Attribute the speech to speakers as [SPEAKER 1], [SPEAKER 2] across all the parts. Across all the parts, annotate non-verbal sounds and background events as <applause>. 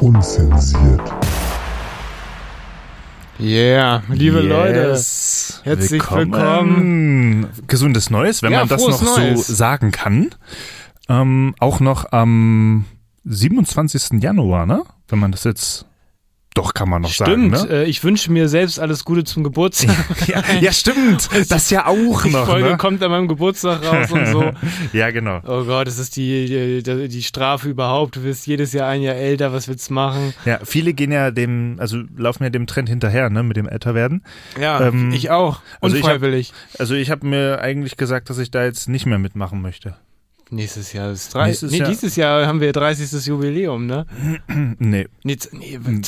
[SPEAKER 1] Unzensiert.
[SPEAKER 2] Yeah, liebe
[SPEAKER 3] Yes.
[SPEAKER 2] Leute, herzlich willkommen.
[SPEAKER 3] Gesundes Neues, wenn
[SPEAKER 2] Ja,
[SPEAKER 3] man das
[SPEAKER 2] frohes
[SPEAKER 3] noch
[SPEAKER 2] Neues.
[SPEAKER 3] so sagen kann. Ähm, auch noch am 27. Januar, ne? Wenn man das jetzt. Doch, kann man noch
[SPEAKER 2] Stimmt, <laughs>
[SPEAKER 3] sagen, ne?
[SPEAKER 2] äh, ich wünsche mir selbst alles Gute zum <laughs> Geburtstag.
[SPEAKER 3] Ja,
[SPEAKER 2] <laughs>
[SPEAKER 3] ja, stimmt. Das ja auch
[SPEAKER 2] Die
[SPEAKER 3] noch.
[SPEAKER 2] Folge
[SPEAKER 3] Ne?
[SPEAKER 2] kommt an meinem Geburtstag raus und <laughs> so.
[SPEAKER 3] Ja, genau.
[SPEAKER 2] Oh Gott, das ist die, die, die Strafe überhaupt. Du wirst jedes Jahr ein Jahr älter, was willst du machen?
[SPEAKER 3] Ja, viele gehen ja dem, also laufen ja dem Trend hinterher, ne, mit dem Älterwerden.
[SPEAKER 2] Ja,
[SPEAKER 3] Ähm,
[SPEAKER 2] ich auch.
[SPEAKER 3] also ich hab-
[SPEAKER 2] Unfreiwillig.
[SPEAKER 3] Also ich habe mir eigentlich gesagt, dass ich da jetzt nicht mehr mitmachen möchte.
[SPEAKER 2] Nächstes Jahr ist 30.
[SPEAKER 3] Nächstes
[SPEAKER 2] nee,
[SPEAKER 3] Jahr-
[SPEAKER 2] dieses Jahr haben wir 30. Jubiläum, ne?
[SPEAKER 3] Nee,
[SPEAKER 2] Nee, z- nee 20.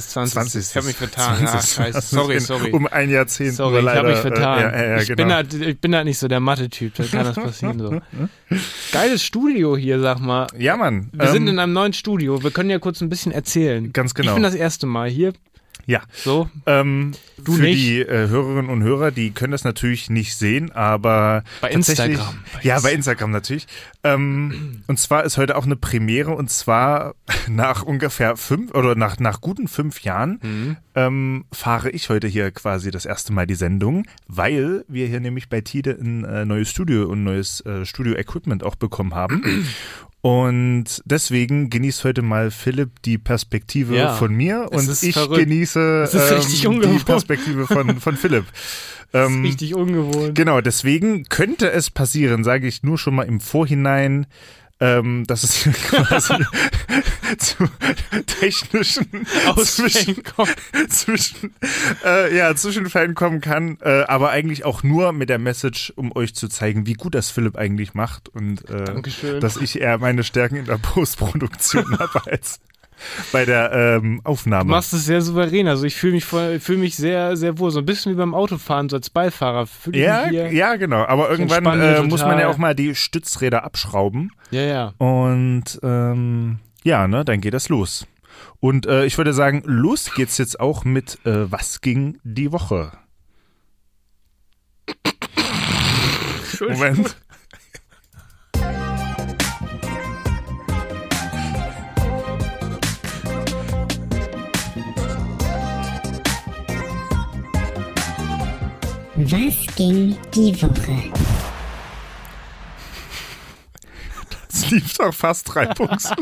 [SPEAKER 2] 20.
[SPEAKER 3] 20.
[SPEAKER 2] Ich habe mich vertan. Ah,
[SPEAKER 3] 20..
[SPEAKER 2] scheiße. <laughs>
[SPEAKER 3] <laughs>
[SPEAKER 2] Sorry, sorry.
[SPEAKER 3] Um ein Jahrzehnt.
[SPEAKER 2] Sorry, ich
[SPEAKER 3] leider,
[SPEAKER 2] habe mich vertan.
[SPEAKER 3] Äh, ja, ja, ja,
[SPEAKER 2] ich,
[SPEAKER 3] genau.
[SPEAKER 2] bin halt, ich bin halt nicht so der Mathe-Typ, da kann das passieren.
[SPEAKER 3] <laughs>
[SPEAKER 2] So. Geiles Studio hier, sag mal.
[SPEAKER 3] ja, Mann.
[SPEAKER 2] Wir sind
[SPEAKER 3] ähm,
[SPEAKER 2] in einem neuen Studio, wir können ja kurz ein bisschen erzählen.
[SPEAKER 3] Ganz genau.
[SPEAKER 2] Ich bin das erste Mal hier,
[SPEAKER 3] ja.
[SPEAKER 2] so.
[SPEAKER 3] Ähm,
[SPEAKER 2] Du
[SPEAKER 3] für
[SPEAKER 2] nicht.
[SPEAKER 3] die äh, Hörerinnen und Hörer, die können das natürlich nicht sehen, aber
[SPEAKER 2] Bei
[SPEAKER 3] tatsächlich-
[SPEAKER 2] Instagram. Bei
[SPEAKER 3] ja, bei
[SPEAKER 2] Inst-
[SPEAKER 3] Instagram natürlich. Ähm, und zwar ist heute auch eine Premiere und zwar <laughs> nach ungefähr fünf oder nach nach guten fünf Jahren
[SPEAKER 2] Mhm.
[SPEAKER 3] ähm, fahre ich heute hier quasi das erste Mal die Sendung, weil wir hier nämlich bei Tide ein äh, neues Studio und neues äh, Studio-Equipment auch
[SPEAKER 2] <clears throat>
[SPEAKER 3] bekommen haben. Und deswegen genießt heute mal Philipp die Perspektive
[SPEAKER 2] Ja.
[SPEAKER 3] von mir
[SPEAKER 2] Es
[SPEAKER 3] und
[SPEAKER 2] ist
[SPEAKER 3] ich
[SPEAKER 2] verrückt.
[SPEAKER 3] genieße
[SPEAKER 2] Das ist richtig ungewohnt.
[SPEAKER 3] Ähm, die Perspektive von,
[SPEAKER 2] <laughs>
[SPEAKER 3] von Philipp. Ähm,
[SPEAKER 2] Richtig ungewohnt.
[SPEAKER 3] genau, deswegen könnte es passieren, sage ich nur schon mal im Vorhinein, ähm, dass es <laughs> quasi zu technischen Genau.
[SPEAKER 2] <laughs>
[SPEAKER 3] <laughs> zwischen,
[SPEAKER 2] Ausschwenkung.
[SPEAKER 3] zwischen, äh, ja, Zwischenfällen kommen kann, äh, aber eigentlich auch nur mit der Message, um euch zu zeigen, wie gut das Philipp eigentlich macht und äh,
[SPEAKER 2] Dankeschön.
[SPEAKER 3] dass ich eher meine Stärken in
[SPEAKER 2] <laughs>
[SPEAKER 3] der Postproduktion habe als bei der ähm, Aufnahme.
[SPEAKER 2] Du machst es sehr souverän, also ich fühle mich, voll- fühle mich sehr, sehr wohl. So ein bisschen wie beim Autofahren, so als Beifahrer. Fühle ich
[SPEAKER 3] Ja,
[SPEAKER 2] mich hier.
[SPEAKER 3] ja, genau. Aber irgendwann
[SPEAKER 2] entspann mich
[SPEAKER 3] äh, muss man ja
[SPEAKER 2] total.
[SPEAKER 3] auch mal die Stützräder abschrauben.
[SPEAKER 2] ja, ja.
[SPEAKER 3] Und ähm, ja, ne, dann geht das los. Und äh, ich würde sagen, los geht's jetzt auch mit äh, Was ging die Woche?
[SPEAKER 2] <laughs>
[SPEAKER 3] Moment.
[SPEAKER 4] Was ging die Woche?
[SPEAKER 3] Es lief doch fast reibungslos.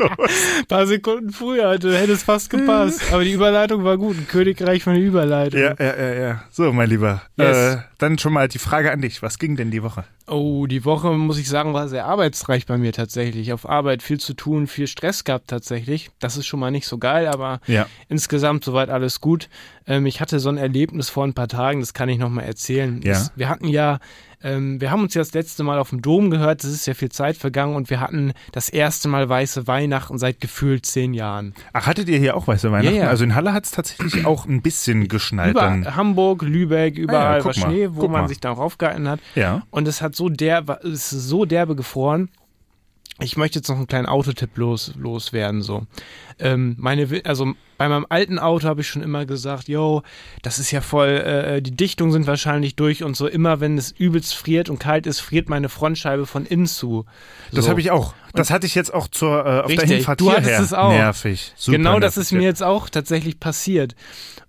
[SPEAKER 2] Ein paar Sekunden früher, du hättest fast
[SPEAKER 3] <laughs>
[SPEAKER 2] gepasst. Aber die Überleitung war gut, ein Königreich von der Überleitung.
[SPEAKER 3] ja, ja, ja, ja. So, mein Lieber.
[SPEAKER 2] Yes.
[SPEAKER 3] Äh, dann schon mal die Frage an dich. Was ging denn die Woche?
[SPEAKER 2] Oh, die Woche, muss ich sagen, war sehr arbeitsreich bei mir tatsächlich. Auf Arbeit viel zu tun, viel Stress gehabt tatsächlich. Das ist schon mal nicht so geil, aber
[SPEAKER 3] Ja.
[SPEAKER 2] insgesamt soweit alles gut. Ähm, ich hatte so ein Erlebnis vor ein paar Tagen, das kann ich nochmal erzählen.
[SPEAKER 3] Ja.
[SPEAKER 2] Das, wir hatten ja, ähm, wir haben uns ja das letzte Mal auf dem Dom gehört, es ist ja viel Zeit vergangen und wir hatten das erste Mal weiße Weihnachten seit gefühlt zehn Jahren.
[SPEAKER 3] Ach, hattet ihr hier auch weiße Weihnachten?
[SPEAKER 2] ja.
[SPEAKER 3] Also in Halle hat's tatsächlich auch ein bisschen geschneit. Halt dann.
[SPEAKER 2] Über Hamburg, Lübeck, überall
[SPEAKER 3] guck
[SPEAKER 2] war
[SPEAKER 3] mal,
[SPEAKER 2] Schnee, wo
[SPEAKER 3] guck
[SPEAKER 2] man
[SPEAKER 3] mal.
[SPEAKER 2] sich dann raufgehalten hat.
[SPEAKER 3] Ja.
[SPEAKER 2] Und es hat so derbe, es ist so derbe gefroren. Ich möchte jetzt noch einen kleinen Autotipp los, loswerden, so. Ähm, meine, Wi- also bei meinem alten Auto habe ich schon immer gesagt, yo, das ist ja voll, äh, die Dichtungen sind wahrscheinlich durch und so. Immer wenn es übelst friert und kalt ist, friert meine Frontscheibe von innen zu. So.
[SPEAKER 3] Das habe ich auch. Das hatte ich jetzt auch zur äh, auf
[SPEAKER 2] Richtig,
[SPEAKER 3] der Hinfahrt
[SPEAKER 2] du hattest
[SPEAKER 3] hierher.
[SPEAKER 2] es auch.
[SPEAKER 3] Nervig. Super
[SPEAKER 2] genau das ist
[SPEAKER 3] nervig.
[SPEAKER 2] mir jetzt auch tatsächlich passiert.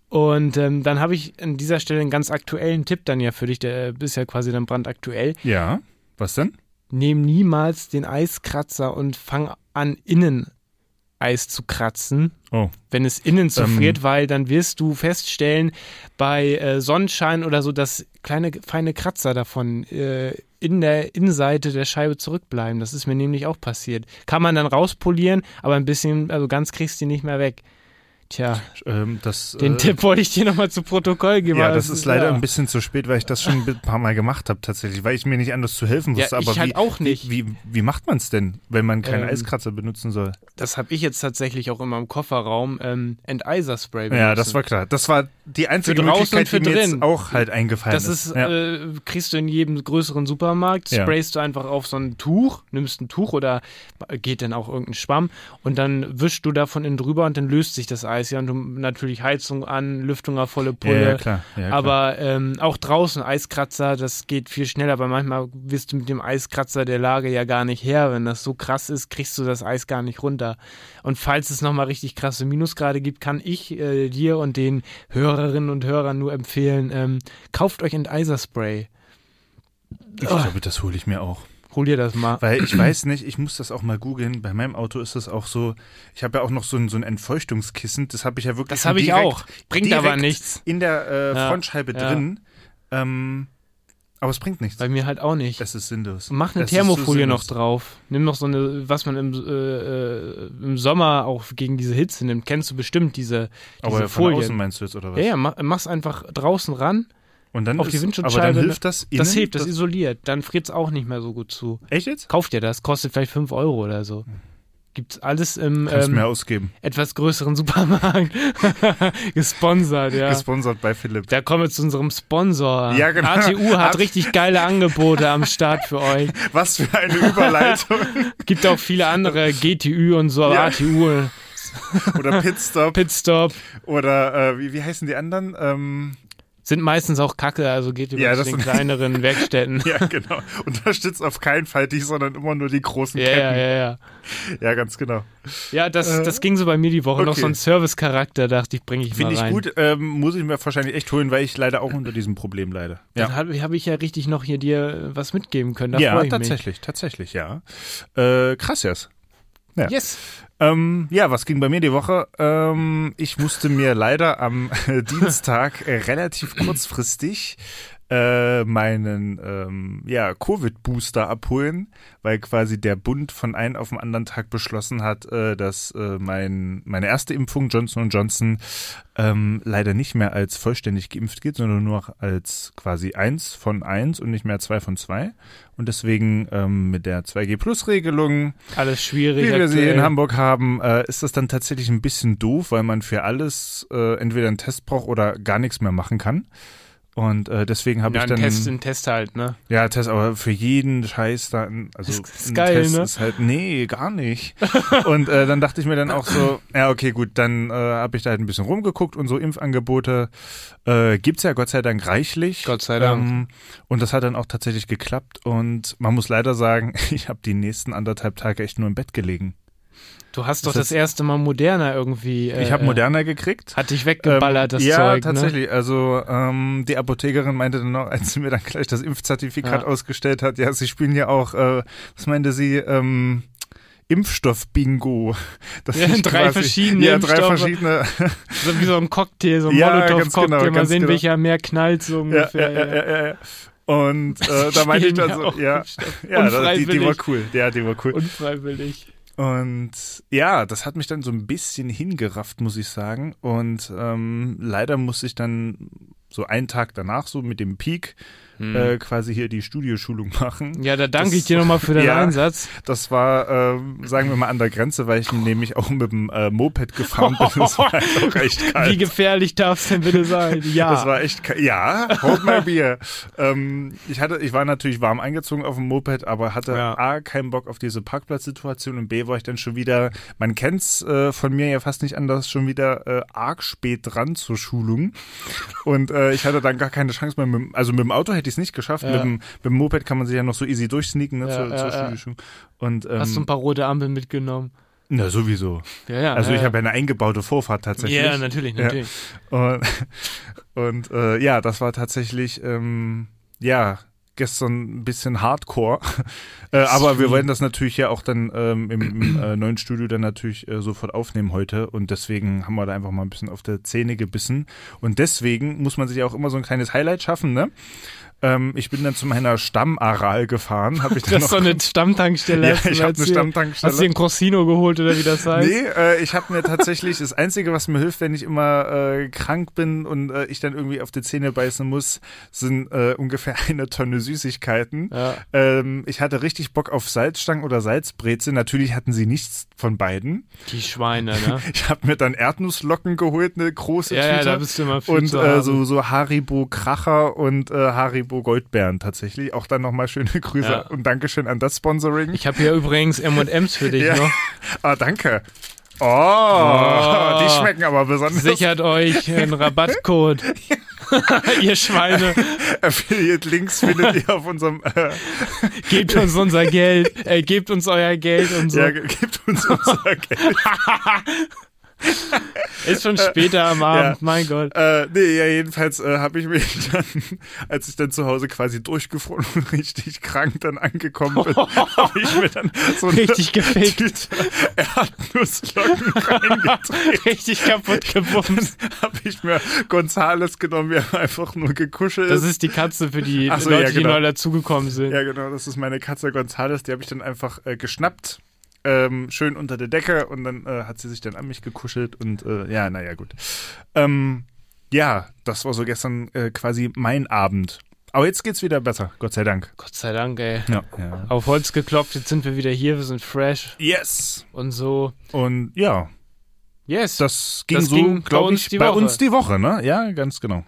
[SPEAKER 2] Und ähm, dann habe ich an dieser Stelle einen ganz aktuellen Tipp dann ja für dich, der ist ja quasi dann brandaktuell.
[SPEAKER 3] Ja. Was denn?
[SPEAKER 2] Nehm niemals den Eiskratzer und fang an, innen Eis zu kratzen,
[SPEAKER 3] Oh.
[SPEAKER 2] wenn es innen zu
[SPEAKER 3] Ähm.
[SPEAKER 2] friert, weil dann wirst du feststellen, bei äh, Sonnenschein oder so, dass kleine, feine Kratzer davon äh, in der Innenseite der Scheibe zurückbleiben. Das ist mir nämlich auch passiert. Kann man dann rauspolieren, aber ein bisschen, also ganz kriegst du die nicht mehr weg. Tja,
[SPEAKER 3] Ähm, das,
[SPEAKER 2] den
[SPEAKER 3] äh,
[SPEAKER 2] Tipp wollte ich dir nochmal zu Protokoll geben.
[SPEAKER 3] Ja,
[SPEAKER 2] aber
[SPEAKER 3] das ist leider
[SPEAKER 2] ja.
[SPEAKER 3] ein bisschen zu spät, weil ich das schon ein paar Mal gemacht habe tatsächlich, weil ich mir nicht anders zu helfen
[SPEAKER 2] Ja,
[SPEAKER 3] wusste.
[SPEAKER 2] ich
[SPEAKER 3] aber
[SPEAKER 2] halt
[SPEAKER 3] wie,
[SPEAKER 2] auch nicht.
[SPEAKER 3] Wie, wie macht man es denn, wenn man keinen
[SPEAKER 2] Ähm,
[SPEAKER 3] Eiskratzer benutzen soll?
[SPEAKER 2] Das habe ich jetzt tatsächlich auch immer im Kofferraum. Ähm, Enteiserspray.
[SPEAKER 3] Ja,
[SPEAKER 2] benutzen.
[SPEAKER 3] das war klar. Das war die einzige
[SPEAKER 2] draußen und
[SPEAKER 3] Möglichkeit,
[SPEAKER 2] für
[SPEAKER 3] die mir
[SPEAKER 2] drin.
[SPEAKER 3] jetzt auch halt eingefallen
[SPEAKER 2] Das ist,
[SPEAKER 3] ja.
[SPEAKER 2] äh, kriegst du in jedem größeren Supermarkt,
[SPEAKER 3] Ja.
[SPEAKER 2] sprayst du einfach auf so ein Tuch, nimmst ein Tuch oder geht dann auch irgendein Schwamm und dann wischst du davon innen drüber und dann löst sich das Eis ja und du natürlich Heizung an, Lüftung auf volle
[SPEAKER 3] ja,
[SPEAKER 2] Pulle.
[SPEAKER 3] ja, klar. Ja, klar.
[SPEAKER 2] Aber ähm, auch draußen Eiskratzer, das geht viel schneller, weil manchmal wirst du mit dem Eiskratzer der Lage ja gar nicht her. Wenn das so krass ist, kriegst du das Eis gar nicht runter. Und falls es nochmal richtig krasse Minusgrade gibt, kann ich äh, dir und den Hörerinnen und Hörern nur empfehlen, ähm, kauft euch Enteiserspray.
[SPEAKER 3] ich
[SPEAKER 2] oh.
[SPEAKER 3] glaube, das hole ich mir auch.
[SPEAKER 2] Hol dir das mal.
[SPEAKER 3] Weil
[SPEAKER 2] <clears throat>
[SPEAKER 3] ich weiß nicht, ich muss das auch mal googeln. Bei meinem Auto ist das auch so, ich habe ja auch noch so ein, so ein Entfeuchtungskissen. Das habe ich ja wirklich
[SPEAKER 2] Das
[SPEAKER 3] schon
[SPEAKER 2] habe ich
[SPEAKER 3] direkt,
[SPEAKER 2] auch. Bringt
[SPEAKER 3] direkt
[SPEAKER 2] aber nichts.
[SPEAKER 3] in der äh,
[SPEAKER 2] Ja,
[SPEAKER 3] Frontscheibe
[SPEAKER 2] ja.
[SPEAKER 3] drin. Ähm, aber es bringt nichts.
[SPEAKER 2] Bei mir halt auch nicht.
[SPEAKER 3] Es ist sinnlos.
[SPEAKER 2] Mach eine
[SPEAKER 3] es ist so
[SPEAKER 2] Thermofolie noch
[SPEAKER 3] sinnlos.
[SPEAKER 2] drauf. Nimm noch so eine, was man im, äh, äh, im Sommer auch gegen diese Hitze nimmt. Kennst du bestimmt diese, diese
[SPEAKER 3] Aber von
[SPEAKER 2] Folien.
[SPEAKER 3] außen meinst du jetzt, oder was?
[SPEAKER 2] Ja, ja, mach, mach's einfach draußen ran.
[SPEAKER 3] Und dann
[SPEAKER 2] Auf die
[SPEAKER 3] ist,
[SPEAKER 2] Windschutzscheibe,
[SPEAKER 3] Aber
[SPEAKER 2] ne?
[SPEAKER 3] dann hilft das innen?
[SPEAKER 2] das hebt, das, isoliert. Dann friert's auch nicht mehr so gut zu.
[SPEAKER 3] Echt jetzt?
[SPEAKER 2] Kauft dir das, kostet vielleicht 5 Euro oder so. Gibt's alles im
[SPEAKER 3] Hm. Kannst du mir
[SPEAKER 2] ähm,
[SPEAKER 3] ausgeben.
[SPEAKER 2] etwas größeren <laughs> Supermarkt. Gesponsert, ja.
[SPEAKER 3] Gesponsert bei Philipp.
[SPEAKER 2] Da kommen wir zu unserem Sponsor.
[SPEAKER 3] Ja, genau.
[SPEAKER 2] ATU hat
[SPEAKER 3] Ab-
[SPEAKER 2] richtig geile Angebote am Start für euch.
[SPEAKER 3] Was für
[SPEAKER 2] <laughs>
[SPEAKER 3] eine Überleitung.
[SPEAKER 2] Gibt auch viele
[SPEAKER 3] <laughs>
[SPEAKER 2] andere, GTÜ und so, aber
[SPEAKER 3] Ja.
[SPEAKER 2] ATU,
[SPEAKER 3] oder Pitstop.
[SPEAKER 2] Pitstop,
[SPEAKER 3] oder äh, wie, wie heißen die anderen? Ähm,
[SPEAKER 2] sind meistens auch kacke, also geht über
[SPEAKER 3] Ja,
[SPEAKER 2] zu
[SPEAKER 3] das
[SPEAKER 2] den
[SPEAKER 3] sind- <laughs>
[SPEAKER 2] kleineren Werkstätten.
[SPEAKER 3] ja, genau. Unterstützt auf keinen Fall die, sondern immer nur die großen
[SPEAKER 2] Ja, ja,
[SPEAKER 3] Ketten.
[SPEAKER 2] ja, ja.
[SPEAKER 3] Ja, ganz genau.
[SPEAKER 2] Ja, das, das ging so bei mir die Woche. Noch
[SPEAKER 3] okay.
[SPEAKER 2] so ein Service-Charakter, dachte ich, bringe ich
[SPEAKER 3] Finde
[SPEAKER 2] mal
[SPEAKER 3] ich
[SPEAKER 2] rein.
[SPEAKER 3] gut, ähm, muss ich mir wahrscheinlich echt holen, weil ich leider auch unter diesem Problem leide.
[SPEAKER 2] Dann habe hab ich ja richtig noch hier dir äh, was mitgeben können. Da
[SPEAKER 3] ja
[SPEAKER 2] freue ich
[SPEAKER 3] tatsächlich, tatsächlich, ja. Äh, krass, yes.
[SPEAKER 2] mich. Yes.
[SPEAKER 3] Ähm, ja, was ging bei mir die Woche? Ähm, ich musste mir leider am <laughs> Dienstag äh, relativ kurzfristig äh, meinen ähm, ja, Covid-Booster abholen, weil quasi der Bund von einem auf den anderen Tag beschlossen hat, äh, dass äh, mein, meine erste Impfung Johnson Johnson ähm, leider nicht mehr als vollständig geimpft geht, sondern nur noch als quasi eins von eins und nicht mehr zwei von zwei. Und deswegen ähm, mit der 2G-Plus-Regelung
[SPEAKER 2] Alles schwierig.
[SPEAKER 3] wie wir sie
[SPEAKER 2] aktuell.
[SPEAKER 3] in Hamburg haben, äh, ist das dann tatsächlich ein bisschen doof, weil man für alles äh, entweder einen Test braucht oder gar nichts mehr machen kann. Und äh, deswegen habe
[SPEAKER 2] Ja,
[SPEAKER 3] ich
[SPEAKER 2] ein
[SPEAKER 3] dann
[SPEAKER 2] Test, ein Test halt, ne?
[SPEAKER 3] ja Test, aber für jeden Scheiß dann also
[SPEAKER 2] Ist- ist
[SPEAKER 3] ein
[SPEAKER 2] geil,
[SPEAKER 3] Test
[SPEAKER 2] ne?
[SPEAKER 3] ist halt nee
[SPEAKER 2] <laughs>
[SPEAKER 3] gar nicht. und äh, dann dachte ich mir dann auch so ja okay gut dann äh, habe ich da halt ein bisschen rumgeguckt und so Impfangebote äh, gibt's ja Gott sei Dank reichlich.
[SPEAKER 2] Gott sei Dank.
[SPEAKER 3] Ähm, und das hat dann auch tatsächlich geklappt und man muss leider sagen <laughs> ich habe die nächsten anderthalb Tage echt nur im Bett gelegen.
[SPEAKER 2] Du hast doch
[SPEAKER 3] Ist das-
[SPEAKER 2] das, erste Mal Moderner irgendwie. Äh,
[SPEAKER 3] Ich habe
[SPEAKER 2] äh,
[SPEAKER 3] Moderna gekriegt. Ähm,
[SPEAKER 2] Hat dich weggeballert, das
[SPEAKER 3] ja,
[SPEAKER 2] Zeug. Ne?
[SPEAKER 3] tatsächlich. Also ähm, die Apothekerin meinte dann noch, <laughs> als sie mir dann gleich das Impfzertifikat
[SPEAKER 2] Ja.
[SPEAKER 3] ausgestellt hat, ja, sie spielen ja auch, äh, was meinte sie, ähm, Impfstoff-Bingo. <laughs> Das
[SPEAKER 2] Ja, drei verschiedene
[SPEAKER 3] Ja, drei
[SPEAKER 2] Impfstoffe.
[SPEAKER 3] verschiedene.
[SPEAKER 2] So wie so ein Cocktail, so ein
[SPEAKER 3] Ja, ganz
[SPEAKER 2] Molotow-Cocktail.
[SPEAKER 3] genau,
[SPEAKER 2] Mal
[SPEAKER 3] ganz
[SPEAKER 2] sehen,
[SPEAKER 3] genau.
[SPEAKER 2] welcher mehr knallt, so
[SPEAKER 3] ja, ja,
[SPEAKER 2] ungefähr.
[SPEAKER 3] ja, ja, ja. Und äh, da meinte ich
[SPEAKER 2] Spielen
[SPEAKER 3] dann
[SPEAKER 2] ja
[SPEAKER 3] so,
[SPEAKER 2] auch <laughs>
[SPEAKER 3] ja, ja da- die, die war
[SPEAKER 2] Unfreiwillig.
[SPEAKER 3] cool. Ja, die war cool.
[SPEAKER 2] Unfreiwillig.
[SPEAKER 3] Und ja, das hat mich dann so ein bisschen hingerafft, muss ich sagen. Und ähm, leider musste ich dann so einen Tag danach so mit dem Peak äh, quasi hier die Studioschulung machen.
[SPEAKER 2] Hm. Ja, da danke
[SPEAKER 3] Das-
[SPEAKER 2] ich dir nochmal für deinen
[SPEAKER 3] <laughs> Ja.
[SPEAKER 2] Einsatz.
[SPEAKER 3] Das war, ähm, sagen wir mal, an der Grenze, weil ich nämlich auch mit dem äh, Moped gefahren
[SPEAKER 2] <laughs>
[SPEAKER 3] bin. Das war halt auch echt
[SPEAKER 2] Wie
[SPEAKER 3] kalt.
[SPEAKER 2] gefährlich darf es denn bitte
[SPEAKER 3] <laughs>
[SPEAKER 2] sein? Ja.
[SPEAKER 3] Das war echt kalt. Ja, hold my beer. ähm, ich, hatte, ich war natürlich warm angezogen auf dem Moped, aber hatte
[SPEAKER 2] Ja.
[SPEAKER 3] A, keinen Bock auf diese Parkplatzsituation und B, war ich dann schon wieder, man kennt's äh, von mir ja fast nicht anders, schon wieder äh, arg spät dran zur Schulung. Und äh, ich hatte dann gar keine Chance mehr. Mit, dem- also mit dem Auto hätte ich es nicht geschafft.
[SPEAKER 2] Ja.
[SPEAKER 3] Mit, dem, mit dem Moped kann man sich ja noch so easy durchsneaken ne,
[SPEAKER 2] Ja,
[SPEAKER 3] zur,
[SPEAKER 2] ja,
[SPEAKER 3] zur
[SPEAKER 2] ja.
[SPEAKER 3] Schulung. Und, ähm,
[SPEAKER 2] Hast du ein paar rote Ampeln mitgenommen?
[SPEAKER 3] na, sowieso.
[SPEAKER 2] Ja, ja.
[SPEAKER 3] Also
[SPEAKER 2] ja.
[SPEAKER 3] ich habe ja eine eingebaute Vorfahrt tatsächlich.
[SPEAKER 2] Ja, ne, natürlich, natürlich.
[SPEAKER 3] <laughs> Und, und äh, ja, das war tatsächlich, ähm, ja, gestern ein bisschen hardcore. <laughs> Äh, aber wir wollen das natürlich ja auch dann ähm, im, im äh, neuen Studio dann natürlich äh, sofort aufnehmen heute. Und deswegen haben wir da einfach mal ein bisschen auf der Zähne gebissen. Und deswegen muss man sich auch immer so ein kleines Highlight schaffen, ne? Ähm, ich bin dann zu meiner Stammaral gefahren. Hab ich dann
[SPEAKER 2] Du hast
[SPEAKER 3] noch
[SPEAKER 2] so eine Stammtankstelle.
[SPEAKER 3] <laughs> Ja,
[SPEAKER 2] hast du mir
[SPEAKER 3] ich hab eine
[SPEAKER 2] erzählt.
[SPEAKER 3] Stammtankstelle.
[SPEAKER 2] Hast du dir ein Crossino geholt oder wie das heißt?
[SPEAKER 3] Nee, äh, ich habe mir tatsächlich das Einzige, was mir hilft, wenn ich immer äh, krank bin und äh, ich dann irgendwie auf die Zähne beißen muss, sind äh, ungefähr <laughs> eine Tonne Süßigkeiten.
[SPEAKER 2] Ja.
[SPEAKER 3] Ähm, ich hatte richtig Bock auf Salzstangen oder Salzbrezeln. Natürlich hatten sie nichts von beiden.
[SPEAKER 2] Die Schweine,
[SPEAKER 3] <laughs>
[SPEAKER 2] ne?
[SPEAKER 3] Ich habe mir dann Erdnusslocken geholt, eine große
[SPEAKER 2] Ja, ja,
[SPEAKER 3] Tüte.
[SPEAKER 2] da bist du immer viel
[SPEAKER 3] Und
[SPEAKER 2] zu
[SPEAKER 3] äh,
[SPEAKER 2] haben.
[SPEAKER 3] so, so Haribo Kracher und äh, Haribo Goldbeeren tatsächlich. Auch dann nochmal schöne Grüße
[SPEAKER 2] Ja.
[SPEAKER 3] und Dankeschön an das Sponsoring.
[SPEAKER 2] Ich habe hier übrigens M&M's für dich
[SPEAKER 3] <laughs> Ja.
[SPEAKER 2] noch.
[SPEAKER 3] Ah, danke. Oh,
[SPEAKER 2] Oh.
[SPEAKER 3] die schmecken aber besonders.
[SPEAKER 2] Sichert euch einen Rabattcode.
[SPEAKER 3] <laughs>
[SPEAKER 2] <laughs> Ihr Schweine,
[SPEAKER 3] Affiliate-Links findet ihr auf unserem. Äh,
[SPEAKER 2] gebt uns unser Geld, äh, gebt uns euer Geld und so.
[SPEAKER 3] ja, ge- gebt
[SPEAKER 2] <laughs>
[SPEAKER 3] uns unser Geld.
[SPEAKER 2] Ist schon später
[SPEAKER 3] <laughs>
[SPEAKER 2] am Abend, mein Gott.
[SPEAKER 3] Äh, nee, ja, jedenfalls äh, habe ich mich dann, als ich dann zu Hause quasi durchgefroren <laughs> und richtig krank dann angekommen bin, habe ich mir dann so eine
[SPEAKER 2] Richtig gefickt.
[SPEAKER 3] Tüte Erdnusslocken
[SPEAKER 2] <laughs>
[SPEAKER 3] reingedreht.
[SPEAKER 2] Richtig kaputt gebumst.
[SPEAKER 3] habe ich mir Gonzales genommen, wir haben einfach nur gekuschelt.
[SPEAKER 2] Das ist die Katze für die
[SPEAKER 3] Ach so,
[SPEAKER 2] Leute,
[SPEAKER 3] ja, genau.
[SPEAKER 2] die neu dazugekommen sind.
[SPEAKER 3] Ja, genau, das ist meine Katze Gonzales, die habe ich dann einfach äh, geschnappt. Ähm, schön unter der Decke und dann äh, hat sie sich dann an mich gekuschelt und äh, ja, naja, gut. Ähm, ja, das war so gestern äh, quasi mein Abend. Aber jetzt geht's wieder besser, Gott sei Dank.
[SPEAKER 2] Gott sei Dank, ey.
[SPEAKER 3] Ja. ja.
[SPEAKER 2] Auf Holz geklopft, jetzt sind wir wieder hier, wir sind fresh
[SPEAKER 3] Yes!
[SPEAKER 2] und so.
[SPEAKER 3] Und ja,
[SPEAKER 2] Yes.
[SPEAKER 3] das ging
[SPEAKER 2] Das
[SPEAKER 3] so,
[SPEAKER 2] ging bei
[SPEAKER 3] glaube
[SPEAKER 2] uns
[SPEAKER 3] ich,
[SPEAKER 2] die
[SPEAKER 3] bei
[SPEAKER 2] Woche.
[SPEAKER 3] uns die Woche, ne? Ja,
[SPEAKER 2] <laughs>
[SPEAKER 3] ganz genau.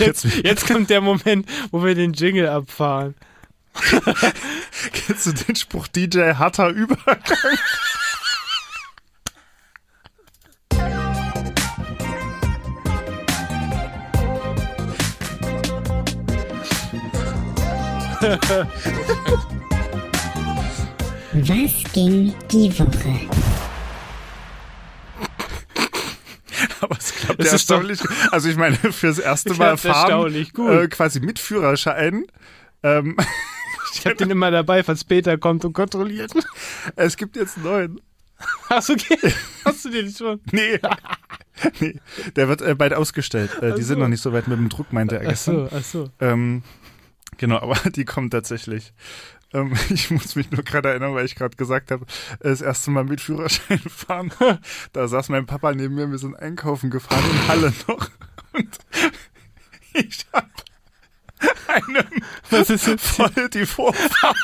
[SPEAKER 2] jetzt, jetzt kommt der Moment, wo wir den Jingle abfahren.
[SPEAKER 3] Kennst du den Spruch DJ Hatter über?
[SPEAKER 4] Was ging die Woche?
[SPEAKER 3] <laughs> Aber es klappt
[SPEAKER 2] Es
[SPEAKER 3] ja
[SPEAKER 2] ist doch-
[SPEAKER 3] erstaunlich. Also ich meine,
[SPEAKER 2] <laughs>
[SPEAKER 3] fürs erste Mal
[SPEAKER 2] Klappt
[SPEAKER 3] fahren,
[SPEAKER 2] erstaunlich gut.
[SPEAKER 3] Äh, quasi mit Führerschein. Ähm,
[SPEAKER 2] Ich hab den immer dabei, falls Peter kommt und kontrolliert.
[SPEAKER 3] es gibt jetzt einen neuen.
[SPEAKER 2] Hast du, ge- <laughs> hast du den schon?
[SPEAKER 3] Nee. <laughs> nee. Der wird äh, bald ausgestellt. Äh, die sind noch nicht so weit mit dem Druck, meinte er
[SPEAKER 2] Ach
[SPEAKER 3] gestern.
[SPEAKER 2] so, ach so.
[SPEAKER 3] Ähm, genau, aber <laughs> die kommen tatsächlich. Ähm, <laughs> ich muss mich nur gerade erinnern, weil ich gerade gesagt habe, äh, das erste Mal mit Führerschein <laughs> fahren. Da saß mein Papa neben mir, wir sind einkaufen gefahren in Halle noch. <laughs> Und ich habe <laughs> einem
[SPEAKER 2] Was ist, jetzt-
[SPEAKER 3] voll die Vorfahrt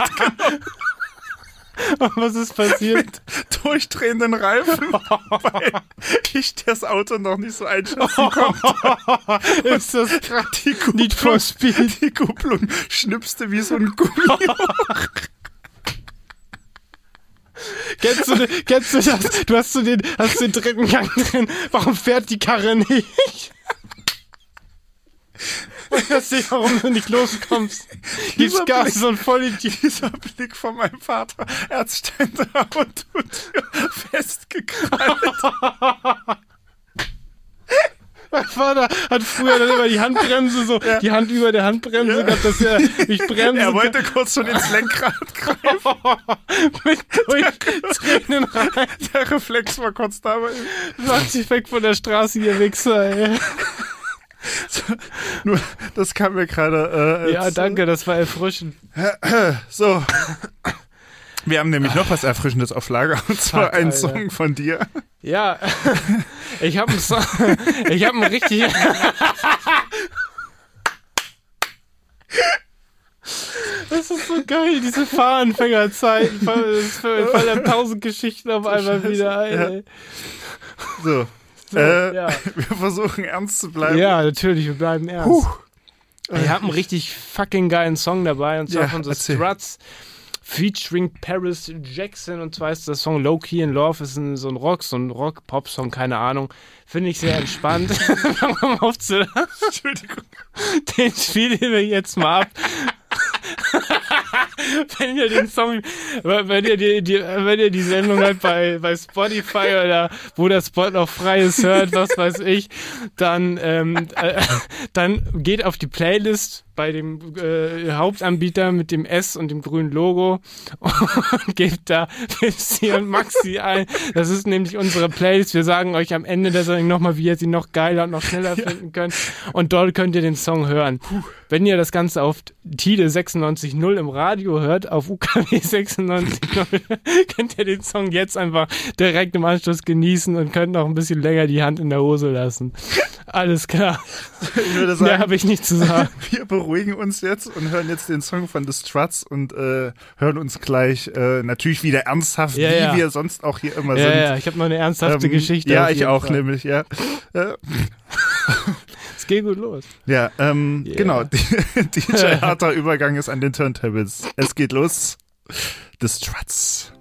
[SPEAKER 2] was ist passiert?
[SPEAKER 3] <laughs> mit durchdrehenden
[SPEAKER 2] <laughs>
[SPEAKER 3] Reifen, weil ich das Auto noch nicht so einschätzen konnte.
[SPEAKER 2] Ist das
[SPEAKER 3] Die
[SPEAKER 2] Oh, Need for
[SPEAKER 3] Kupplung,
[SPEAKER 2] Speed? Oh.
[SPEAKER 3] die Kupplung schnipste wie so ein Gummi.
[SPEAKER 2] Kennst du, kennst du das? Du hast so den, hast den dritten Gang drin. Warum fährt die Karre nicht? Ich weiß nicht, warum du nicht loskommst. Gibst
[SPEAKER 3] Dieser
[SPEAKER 2] Gas und voll in die
[SPEAKER 3] Dieser Blick von meinem Vater, er hat Ständer und festgekrallt.
[SPEAKER 2] Mein Vater hat früher dann immer die Handbremse so, die Hand über der Handbremse gehabt, dass er mich <laughs> bremsen
[SPEAKER 3] Er wollte kurz schon ins Lenkrad
[SPEAKER 2] <laughs>
[SPEAKER 3] greifen.
[SPEAKER 2] kann. <laughs> Mit durchdrehenden rein.
[SPEAKER 3] Der Reflex war kurz da. aber
[SPEAKER 2] Mach dich weg von der Straße, ihr Wichser, ey.
[SPEAKER 3] Nur, das kam mir gerade. Äh,
[SPEAKER 2] Ja,
[SPEAKER 3] als-
[SPEAKER 2] danke, das war erfrischend.
[SPEAKER 3] So. Wir haben nämlich noch was Erfrischendes auf Lager
[SPEAKER 2] Ah,
[SPEAKER 3] und zwar einen
[SPEAKER 2] Alter.
[SPEAKER 3] Song von dir.
[SPEAKER 2] Ja, <laughs> ich hab einen Song, ich hab einen richtig... Das ist so geil, diese Fahranfängerzeit. Voll, voll der tausend Geschichten auf einmal wieder. Ey.
[SPEAKER 3] Ja. So. äh,
[SPEAKER 2] ja.
[SPEAKER 3] <laughs> Wir versuchen ernst zu bleiben.
[SPEAKER 2] Ja, natürlich, wir bleiben ernst.
[SPEAKER 3] Puh.
[SPEAKER 2] Ich habe einen richtig fucking geilen Song dabei und zwar
[SPEAKER 3] Ja,
[SPEAKER 2] von The
[SPEAKER 3] erzähl.
[SPEAKER 2] Struts featuring Paris Jackson und zwar ist der Song Low Key in Love ist ein, so ein Rock, so ein Rock-Pop-Song, keine Ahnung. Finde ich sehr
[SPEAKER 3] <laughs>
[SPEAKER 2] entspannt. <laughs> Fang mal auf zu
[SPEAKER 3] Entschuldigung.
[SPEAKER 2] den spielen wir jetzt mal ab. <laughs> wenn ihr den Song, wenn ihr die, die, wenn ihr die Sendung halt bei, bei Spotify oder wo der Spot noch frei ist, hört, was weiß ich, dann, ähm, äh, dann geht auf die Playlist bei dem äh, Hauptanbieter mit dem S und dem grünen Logo <laughs> und gebt da Pepsi und Maxi ein. Das ist nämlich unsere Playlist. Wir sagen euch am Ende der Sendung nochmal, wie ihr sie noch geiler und noch
[SPEAKER 3] <laughs>
[SPEAKER 2] schneller finden könnt. Und dort könnt ihr den Song hören. Wenn ihr das Ganze auf Tide 96.0 im Radio hört, auf UKW 96.0, <laughs> könnt ihr den Song jetzt einfach direkt im Anschluss genießen und könnt noch ein bisschen länger die Hand in der Hose lassen. Alles klar.
[SPEAKER 3] Ich würde
[SPEAKER 2] Mehr
[SPEAKER 3] sagen,
[SPEAKER 2] habe ich nicht zu sagen.
[SPEAKER 3] wir beruhigen uns jetzt und hören jetzt den Song von The Struts und äh, hören uns gleich äh, natürlich wieder ernsthaft,
[SPEAKER 2] Ja,
[SPEAKER 3] wie
[SPEAKER 2] ja.
[SPEAKER 3] wir sonst auch hier immer
[SPEAKER 2] Ja,
[SPEAKER 3] sind.
[SPEAKER 2] ja, ich habe noch eine ernsthafte
[SPEAKER 3] Also Ähm,
[SPEAKER 2] Geschichte.
[SPEAKER 3] Ja,
[SPEAKER 2] auf
[SPEAKER 3] ich
[SPEAKER 2] jeden
[SPEAKER 3] auch, ne-
[SPEAKER 2] Fall.
[SPEAKER 3] nämlich, ja. Äh,
[SPEAKER 2] Es geht gut los.
[SPEAKER 3] Ja, ähm,
[SPEAKER 2] Yeah.
[SPEAKER 3] genau. <laughs> DJ
[SPEAKER 2] <laughs>
[SPEAKER 3] harter Übergang ist an den Turntables. Es geht los. The Struts.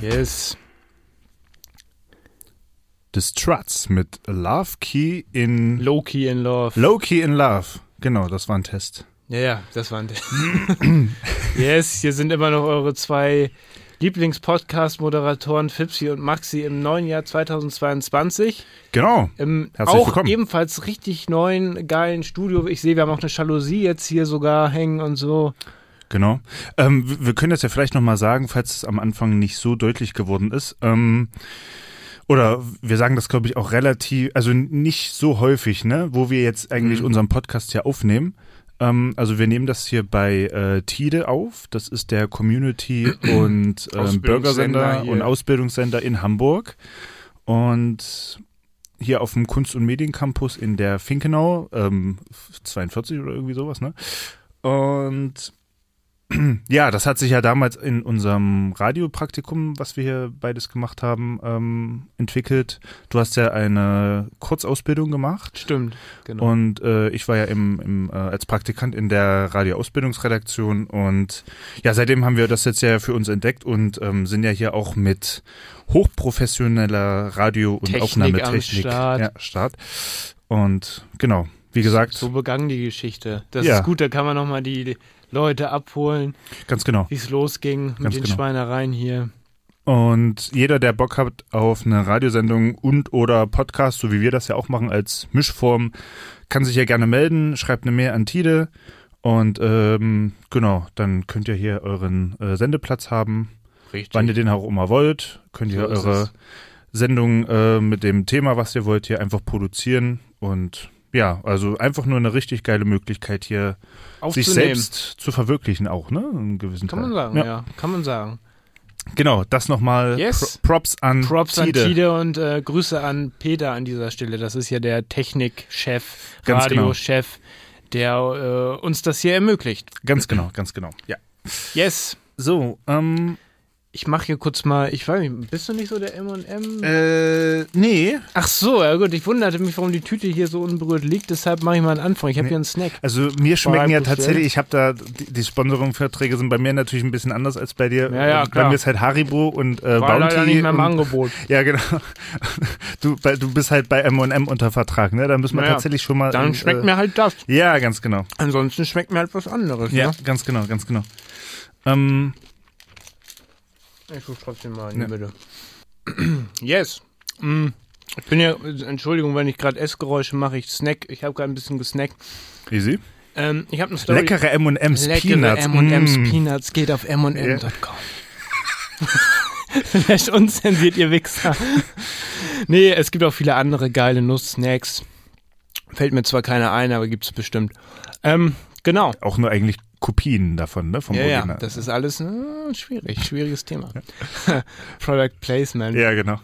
[SPEAKER 2] Yes.
[SPEAKER 3] The Struts mit Love Key in
[SPEAKER 2] Loki in Love.
[SPEAKER 3] Low Key in Love. Genau, das war ein Test.
[SPEAKER 2] ja, ja, das waren die. <clears throat> yes, hier sind immer noch eure zwei Lieblings-Podcast-Moderatoren Fipsi und Maxi im neuen Jahr 2022.
[SPEAKER 3] Genau.
[SPEAKER 2] Im
[SPEAKER 3] Herzlich
[SPEAKER 2] auch
[SPEAKER 3] willkommen.
[SPEAKER 2] ebenfalls richtig neuen, geilen Studio. Ich sehe, wir haben auch eine Jalousie jetzt hier sogar hängen und so.
[SPEAKER 3] Genau. Ähm, w- wir können das ja vielleicht nochmal sagen, falls es am Anfang nicht so deutlich geworden ist. Ähm, oder wir sagen das, glaube ich, auch relativ, also n- nicht so häufig, ne, wo wir jetzt eigentlich
[SPEAKER 2] Mhm.
[SPEAKER 3] unseren Podcast ja aufnehmen. Ähm, also wir nehmen das hier bei äh, Tide auf. Das ist
[SPEAKER 2] <clears throat>
[SPEAKER 3] der Community und ähm,
[SPEAKER 2] Ausbildungssender
[SPEAKER 3] Bürgersender
[SPEAKER 2] hier.
[SPEAKER 3] und Ausbildungssender in Hamburg. Und hier auf dem Kunst- und Mediencampus in der Finkenau, ähm, 42 oder irgendwie sowas, ne? Und <clears throat> ja, das hat sich ja damals in unserem Radiopraktikum, was wir hier beides gemacht haben, ähm, entwickelt. Du hast ja eine Kurzausbildung gemacht
[SPEAKER 2] Stimmt, genau.
[SPEAKER 3] und äh, ich war ja im, im, äh, als Praktikant in der Radioausbildungsredaktion und ja, seitdem haben wir das jetzt ja für uns entdeckt und ähm, sind ja hier auch mit hochprofessioneller Radio- und
[SPEAKER 2] Technik
[SPEAKER 3] Aufnahmetechnik
[SPEAKER 2] am Start.
[SPEAKER 3] Ja, Start. Und genau, wie gesagt,
[SPEAKER 2] so begann die Geschichte. Das
[SPEAKER 3] Ja.
[SPEAKER 2] ist gut, da kann man nochmal die Leute abholen,
[SPEAKER 3] ganz genau.
[SPEAKER 2] wie es losging mit
[SPEAKER 3] Ganz
[SPEAKER 2] den
[SPEAKER 3] genau.
[SPEAKER 2] Schweinereien hier.
[SPEAKER 3] Und jeder, der Bock hat auf eine Radiosendung und oder Podcast, so wie wir das ja auch machen als Mischform, kann sich ja gerne melden, schreibt eine Mail an Tide und ähm, genau, dann könnt ihr hier euren äh, Sendeplatz haben,
[SPEAKER 2] Richtig.
[SPEAKER 3] wann ihr den auch immer wollt, könnt ihr
[SPEAKER 2] So ist
[SPEAKER 3] eure
[SPEAKER 2] es.
[SPEAKER 3] Sendung äh, mit dem Thema, was ihr wollt, hier einfach produzieren und ja, also einfach nur eine richtig geile Möglichkeit hier, sich
[SPEAKER 2] Aufzunehmen.
[SPEAKER 3] selbst zu verwirklichen auch, ne? In einem gewissen
[SPEAKER 2] Kann man
[SPEAKER 3] Teil.
[SPEAKER 2] sagen, ja. Kann man sagen.
[SPEAKER 3] Genau, das nochmal
[SPEAKER 2] Yes.
[SPEAKER 3] Pro Props an
[SPEAKER 2] Props
[SPEAKER 3] Hm, Tide.
[SPEAKER 2] an Tide und äh, Grüße an Peter an dieser Stelle. Das ist ja der Technikchef,
[SPEAKER 3] Ganz genau.
[SPEAKER 2] Radiochef, der äh, uns das hier ermöglicht.
[SPEAKER 3] Ganz genau, ganz genau. Ja.
[SPEAKER 2] Yes.
[SPEAKER 3] So, ähm,
[SPEAKER 2] Ich mache hier kurz mal, ich weiß nicht, bist du nicht so der M&M?
[SPEAKER 3] äh, nee.
[SPEAKER 2] Ach so, ja gut, ich wunderte mich, warum die Tüte hier so unberührt liegt, deshalb mache ich mal einen Anfang. Ich habe
[SPEAKER 3] Nee.
[SPEAKER 2] hier einen Snack.
[SPEAKER 3] Also mir schmecken
[SPEAKER 2] Beim
[SPEAKER 3] ja
[SPEAKER 2] Buffet.
[SPEAKER 3] tatsächlich, ich habe da, die, die Sponsoring-Verträge sind bei mir natürlich ein bisschen anders als bei dir.
[SPEAKER 2] Ja, ja,
[SPEAKER 3] Äh, bei
[SPEAKER 2] klar.
[SPEAKER 3] mir ist halt Haribo und äh,
[SPEAKER 2] War
[SPEAKER 3] Bounty.
[SPEAKER 2] leider nicht mehr im
[SPEAKER 3] und,
[SPEAKER 2] Angebot.
[SPEAKER 3] ja, genau. <laughs> Du, bei, du bist halt bei M&M unter Vertrag, ne? Da müssen wir
[SPEAKER 2] Naja,
[SPEAKER 3] tatsächlich schon mal...
[SPEAKER 2] Dann
[SPEAKER 3] in,
[SPEAKER 2] schmeckt
[SPEAKER 3] äh,
[SPEAKER 2] mir halt das.
[SPEAKER 3] Ja, ganz genau.
[SPEAKER 2] Ansonsten schmeckt mir halt was anderes.
[SPEAKER 3] Ja,
[SPEAKER 2] Ne?
[SPEAKER 3] ganz genau, ganz genau. Ähm,
[SPEAKER 2] Ich guck trotzdem mal in die Mitte. Ne. <clears throat> Yes. Mm. Ich bin ja, Entschuldigung, wenn ich gerade Essgeräusche mache, ich snack, ich habe gerade ein bisschen gesnackt.
[SPEAKER 3] easy.
[SPEAKER 2] Ähm, ich habe eine Story.
[SPEAKER 3] Leckere M&M's
[SPEAKER 2] Leckere
[SPEAKER 3] Peanuts.
[SPEAKER 2] M&M's
[SPEAKER 3] Mm.
[SPEAKER 2] Peanuts geht auf mm.com. Vielleicht unzensiert, ihr Wichser. nee, es gibt auch viele andere geile Nuss-Snacks. Fällt mir zwar keiner ein, aber gibt's bestimmt. Ähm, genau.
[SPEAKER 3] Auch nur eigentlich Kopien davon, ne? Vom
[SPEAKER 2] Ja,
[SPEAKER 3] Original.
[SPEAKER 2] ja, das ist alles äh, schwierig, schwieriges Thema. <laughs> Product Placement.
[SPEAKER 3] ja, genau.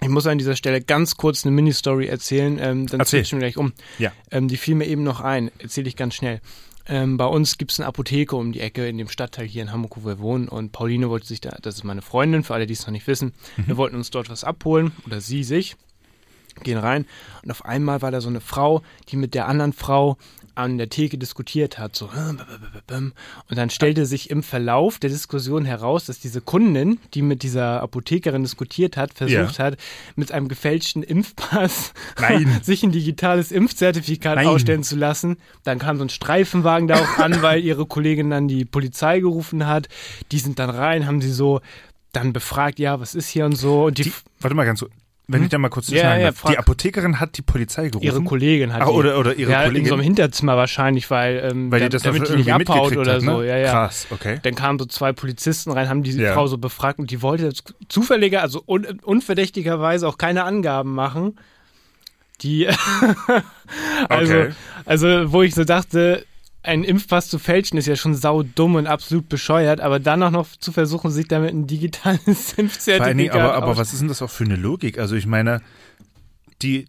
[SPEAKER 2] Ich muss an dieser Stelle ganz kurz eine Mini-Story erzählen, ähm, dann
[SPEAKER 3] Erzähl.
[SPEAKER 2] switchen wir gleich um.
[SPEAKER 3] Ja.
[SPEAKER 2] Ähm, die fiel mir eben noch ein, erzähle ich ganz schnell. Ähm, bei uns gibt es eine Apotheke um die Ecke in dem Stadtteil hier in Hamburg, wo wir wohnen. Und Pauline wollte sich da, das ist meine Freundin, für alle, die es noch nicht wissen,
[SPEAKER 3] Mhm.
[SPEAKER 2] wir wollten uns dort was abholen oder sie sich, gehen rein. Und auf einmal war da so eine Frau, die mit der anderen Frau an der Theke diskutiert hat. So. äh, Und dann stellte sich im Verlauf der Diskussion heraus, dass diese Kundin, die mit dieser Apothekerin diskutiert hat, versucht hat, mit einem gefälschten Impfpass <laughs>
[SPEAKER 3] Nein.
[SPEAKER 2] sich ein digitales Impfzertifikat
[SPEAKER 3] Nein.
[SPEAKER 2] ausstellen zu lassen. Dann kam so ein Streifenwagen da auch
[SPEAKER 3] <laughs>
[SPEAKER 2] an, weil ihre Kollegin dann die Polizei gerufen hat. Die sind dann rein, haben sie so dann befragt, ja, was ist hier und so. Und die,
[SPEAKER 3] Die, warte mal ganz so. Wenn ich da mal kurz
[SPEAKER 2] Hm? Ja,
[SPEAKER 3] sagen
[SPEAKER 2] ja,
[SPEAKER 3] darf.
[SPEAKER 2] frag.
[SPEAKER 3] Die Apothekerin hat die Polizei gerufen.
[SPEAKER 2] ihre Kollegin hat
[SPEAKER 3] Ah,
[SPEAKER 2] die,
[SPEAKER 3] oder- oder ihre
[SPEAKER 2] ja, in
[SPEAKER 3] Kollegin.
[SPEAKER 2] so einem Hinterzimmer wahrscheinlich, weil, ähm,
[SPEAKER 3] weil
[SPEAKER 2] da,
[SPEAKER 3] die das
[SPEAKER 2] damit die
[SPEAKER 3] dafür
[SPEAKER 2] nicht
[SPEAKER 3] irgendwie
[SPEAKER 2] abhaut
[SPEAKER 3] mitgekriegt
[SPEAKER 2] oder
[SPEAKER 3] hat,
[SPEAKER 2] so.
[SPEAKER 3] ne?
[SPEAKER 2] Ja, ja.
[SPEAKER 3] Krass, okay.
[SPEAKER 2] Dann kamen so zwei Polizisten rein, haben diese
[SPEAKER 3] Ja.
[SPEAKER 2] Frau so befragt und die wollte z- zufälliger, also un unverdächtigerweise auch keine Angaben machen. Die, <laughs> <laughs> also,
[SPEAKER 3] Okay.
[SPEAKER 2] also, wo ich so dachte, einen Impfpass zu fälschen ist ja schon saudumm und absolut bescheuert, aber dann auch noch zu versuchen, sich damit ein <laughs> digitales
[SPEAKER 3] Vor allen Dingen,
[SPEAKER 2] Impfzertifikat
[SPEAKER 3] aber, aber
[SPEAKER 2] aus-
[SPEAKER 3] was ist denn das auch für eine Logik? Also ich meine, die,